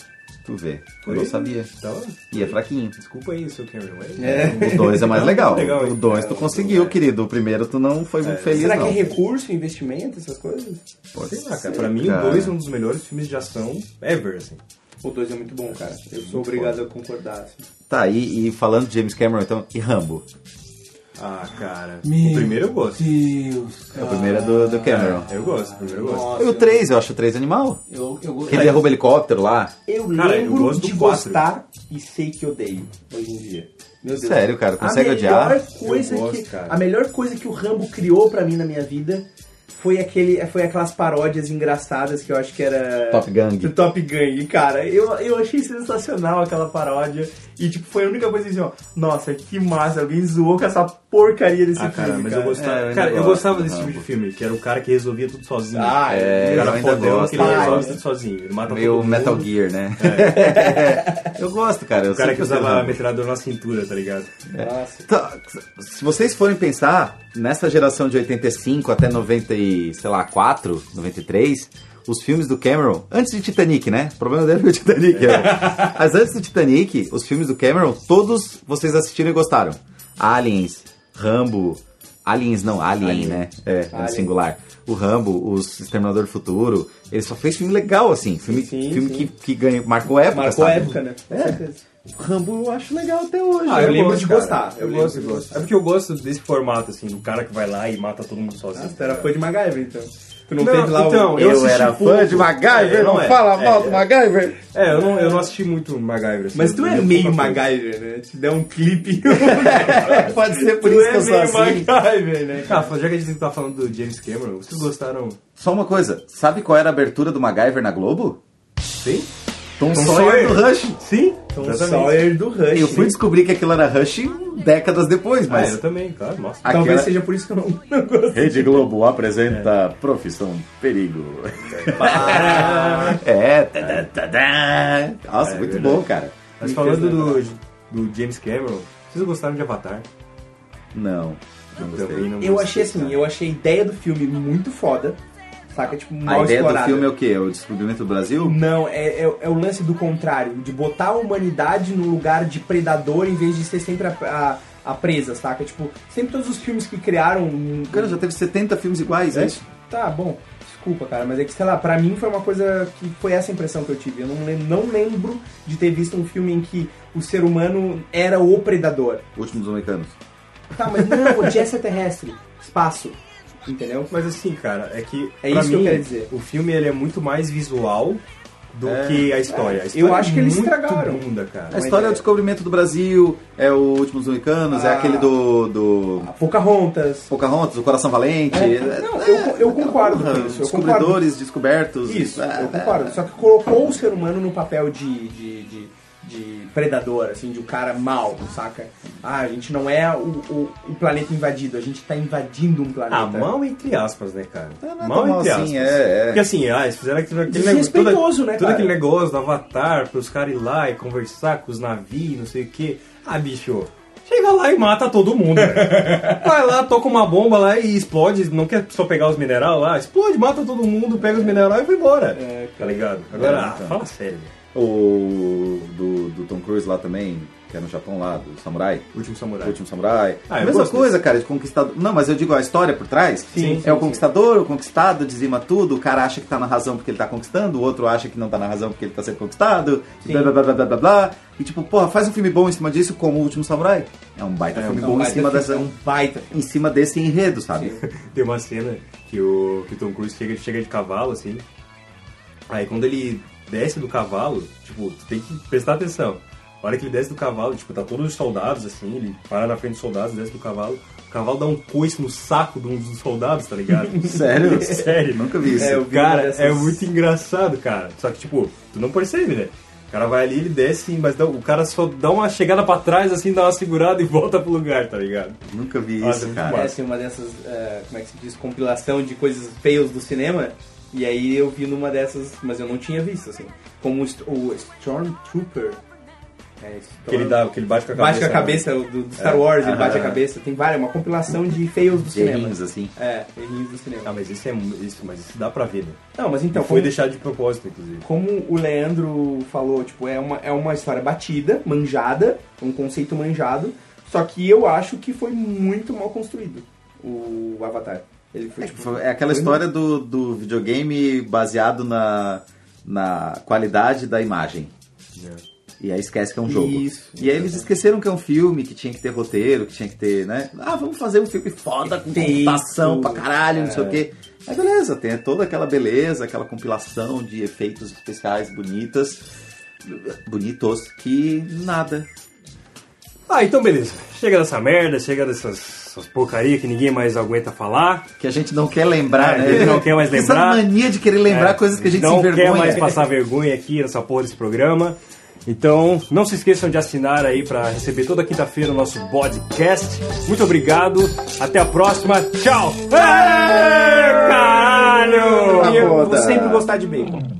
Tu vê. Foi? Eu não sabia. Então, E é fraquinho. desculpa aí, seu Cameron. mas- O dois é mais Não, legal. legal, hein? O dois É, tu o conseguiu, dois, é. querido. O primeiro tu não foi muito feliz, Será não. que é recurso, investimento, essas coisas? Pô, Sei lá, cara. Pra mim, cara. o 2 é um dos melhores filmes de ação ever, assim. O 2 é muito bom, cara. Eu sou obrigado a concordar. assim. Tá, e, e falando de James Cameron, então, e Rambo? Ah, cara. Meu o primeiro eu gosto. Deus, O cara. primeiro é do, do Cameron. Eu gosto, o primeiro Ah, eu gosto. Nossa, E o 3, eu acho o 3 animal. Eu, eu, Que ele derruba o helicóptero lá. Eu Cara, eu lembro gosto do de quatro. gostar e sei que odeio hoje em dia. Meu Deus. Sério, cara, consegue a Ah, odiar? melhor Coisa Eu gosto, que, cara. a melhor coisa que o Rambo criou pra mim na minha vida foi, aquele, foi aquelas paródias engraçadas que eu acho que era... Top Do Gang. Top Gang, cara, eu, eu achei sensacional aquela paródia. E, tipo, foi a única coisa assim, ó. Nossa, que massa, alguém zoou com essa porcaria desse Ah, filme. cara, mas eu gostava. É, eu cara, ainda eu gosto gostava do desse tipo Rambo. de filme, que era o cara que resolvia tudo sozinho. Ah, É, o eu cara ainda fodão que gosto. ele Ah, resolve é. tudo sozinho. Ele mata Meio todo mundo. É. Metal Gear, assim, né? eu gosto, cara. Eu O cara que sempre gostei do usava a Rambo. metralhadora na cintura, tá ligado? Tá, Se vocês forem pensar, nessa geração de 85 até 90 e, sei lá, 4, 93, os filmes do Cameron, antes de Titanic, né? O problema dele foi o Titanic. né? Mas antes do Titanic, os filmes do Cameron, todos vocês assistiram e gostaram. Aliens, Rambo, Aliens não, Alien, né? É, é singular. O Rambo, os Exterminador do Futuro, ele só fez filme legal, assim. Filme, Sim, filme sim. Que, que ganhou, marcou época, Marcou a sabe? época, né? É. Com certeza. Rambo eu acho legal até hoje. né, Ah, eu lembro gosto, de cara. gostar, eu lembro gosto, de eu gostar. É porque eu gosto desse formato, assim, do cara que vai lá e mata todo mundo sozinho. Nossa, tu era fã de MacGyver, então. Tu não, Não, teve lá então, o... eu assisti pouco. É, não é. É, é. MacGyver. É, eu não, eu não assisti muito MacGyver. Assim, Mas tu eu é vi meio pouca coisa. MacGyver, né? Te der um clipe... Pode ser por tu isso que é eu sou meio assim. MacGyver, né? Cara, já que a gente tá falando do James Cameron, vocês gostaram? Só uma coisa, sabe qual era a abertura do MacGyver na Globo? Sim? Tom, Sawyer. Sawyer do Rush. Sim? Tom exatamente. Sawyer do Rush. né? Eu fui descobrir que aquilo era Rush décadas depois, Ah, mas... eu também, claro, nossa. aquela- Talvez seja por isso que eu não, não gosto. Rede Globo apresenta Profissão Perigo. é, tá, tá, tá, tá. Nossa, É muito verdade. bom, cara. Mas falando do, do James Cameron, vocês gostaram de Avatar? Não, não Também gostei. não Eu gostei, achei assim, cara. eu achei a ideia do filme muito foda. Saca? Tipo, mal A ideia do explorada. filme é o quê? O descobrimento do Brasil? Não, é, é- é o lance do contrário, de botar a humanidade no lugar de predador em vez de ser sempre a, a- a presa, saca? Tipo, sempre todos os filmes que criaram. um- Cara, já teve 70 filmes iguais, é isso? Tá, bom, desculpa, cara, mas é que, sei lá, pra mim foi uma coisa que foi essa impressão que eu tive. Eu não, lem- não lembro de ter visto um filme em que o ser humano era o predador. Último dos Americanos. Tá, mas não, o Jess é terrestre, espaço, entendeu? Mas assim, cara, é que. É pra isso que eu mim, quero dizer. É. O filme ele é muito mais visual do que a história. A eu história acho é que eles muito estragaram. Bunda, A cara. história é o descobrimento do Brasil, é o Último dos Americanos, é Ah. aquele do, do A Pocahontas. Pocahontas, o Coração Valente. É, Não, eu, eu concordo porra, com isso. Eu concordo descobridores, descobertos. Isso, É, eu concordo. Só que colocou o ser humano no papel de, de, de, de predador, assim, de um cara mau, saca? Ah, a gente não é o, o, o planeta invadido, a gente tá invadindo um planeta. tá. Ah, mal entre aspas, né, cara? Não, não é mal tão mal entre aspas. assim, é, é. Porque assim, ah, eles fizeram aquele, aquele Desrespeitoso, todo- né, Todo cara? aquele negócio do Avatar, pros caras ir lá e conversar com os navios, não sei o quê. Ah, bicho, chega lá e mata todo mundo. velho. Vai lá, toca uma bomba lá e explode. Não quer só pegar os minerais lá, explode, mata todo mundo, pega os minerais e vai embora. Tá ligado? Agora, É, ah, então. fala sério. velho. O do, do Tom Cruise lá também, que é no Japão lá, do Samurai. Último O Samurai. Último Samurai. Ah, eu Mesma gosto coisa, cara, de conquistador. Não, mas eu digo a história por trás. Sim, sim, é o conquistador, o conquistado dizima tudo. O cara acha que tá na razão porque ele tá conquistando, o outro acha que não tá na razão porque ele tá sendo conquistado. e Blá, blá, blá, blá, blá, blá, blá. E tipo, porra, faz um filme bom em cima disso, como O Último Samurai. É um baita filme Não, bom em baita cima, filme, dessa, é um baita em cima desse enredo, sabe? Tem uma cena que o, que o Tom Cruise chega, chega de cavalo, assim. Aí quando ele desce do cavalo, tipo, tu tem que prestar atenção. A hora que ele desce do cavalo, tipo, tá todos os soldados, assim, ele para na frente dos soldados, desce do cavalo. O cavalo dá um coice no saco de um dos soldados, tá ligado? Sério? Sério. Nunca vi isso. É, eu vi uma Cara, é dessas- muito engraçado, cara. Só que, tipo, tu não percebe, né? O cara vai ali, ele desce, mas dá- o cara só dá uma chegada pra trás, assim, dá uma segurada e volta pro lugar, tá ligado? Nunca vi Ah, isso, muito cara. massa. Parece uma dessas, eh, como é que se diz, compilação de coisas feias do cinema. E aí eu vi numa dessas, mas eu não tinha visto, assim. Como o, St- o Stormtrooper. É, Que ele, dá, que ele bate com a cabeça. né? Bate com a cabeça, o do, do Star Wars, ele bate a cabeça. Tem várias, uma compilação de fails do De cinema. rins, assim. É, errinhos do cinema. Ah, mas isso é mu- isso, mas isso dá pra ver, né? Não, mas então, E foi como, deixado de propósito, inclusive. como o Leandro falou, tipo, é uma, é uma história batida, manjada, um conceito manjado, só que eu acho que foi muito mal construído o Avatar. Ele foi, É, tipo, tipo, é aquela foi- história do, do videogame baseado na, na qualidade da imagem. E aí esquece que é um jogo. Isso. E aí eles esqueceram que é um filme, que tinha que ter roteiro, que tinha que ter, né? Ah, vamos fazer um filme foda com Efeito. computação pra caralho, não sei É. o quê. Mas beleza, tem toda aquela beleza, aquela compilação de efeitos especiais bonitas, bonitos, que nada. Ah, então beleza. Chega dessa merda, chega dessas, dessas porcaria que ninguém mais aguenta falar. Que a gente não quer É, lembrar, né? a gente não quer mais lembrar. Essa mania de querer lembrar É, coisas que a gente se Não envergonha. quer mais passar vergonha aqui nessa porra desse programa. Então, não se esqueçam de assinar aí pra receber toda quinta-feira o nosso podcast. Muito obrigado, até a próxima. Tchau! Ê, Caralho! E eu vou foda. sempre gostar de bacon.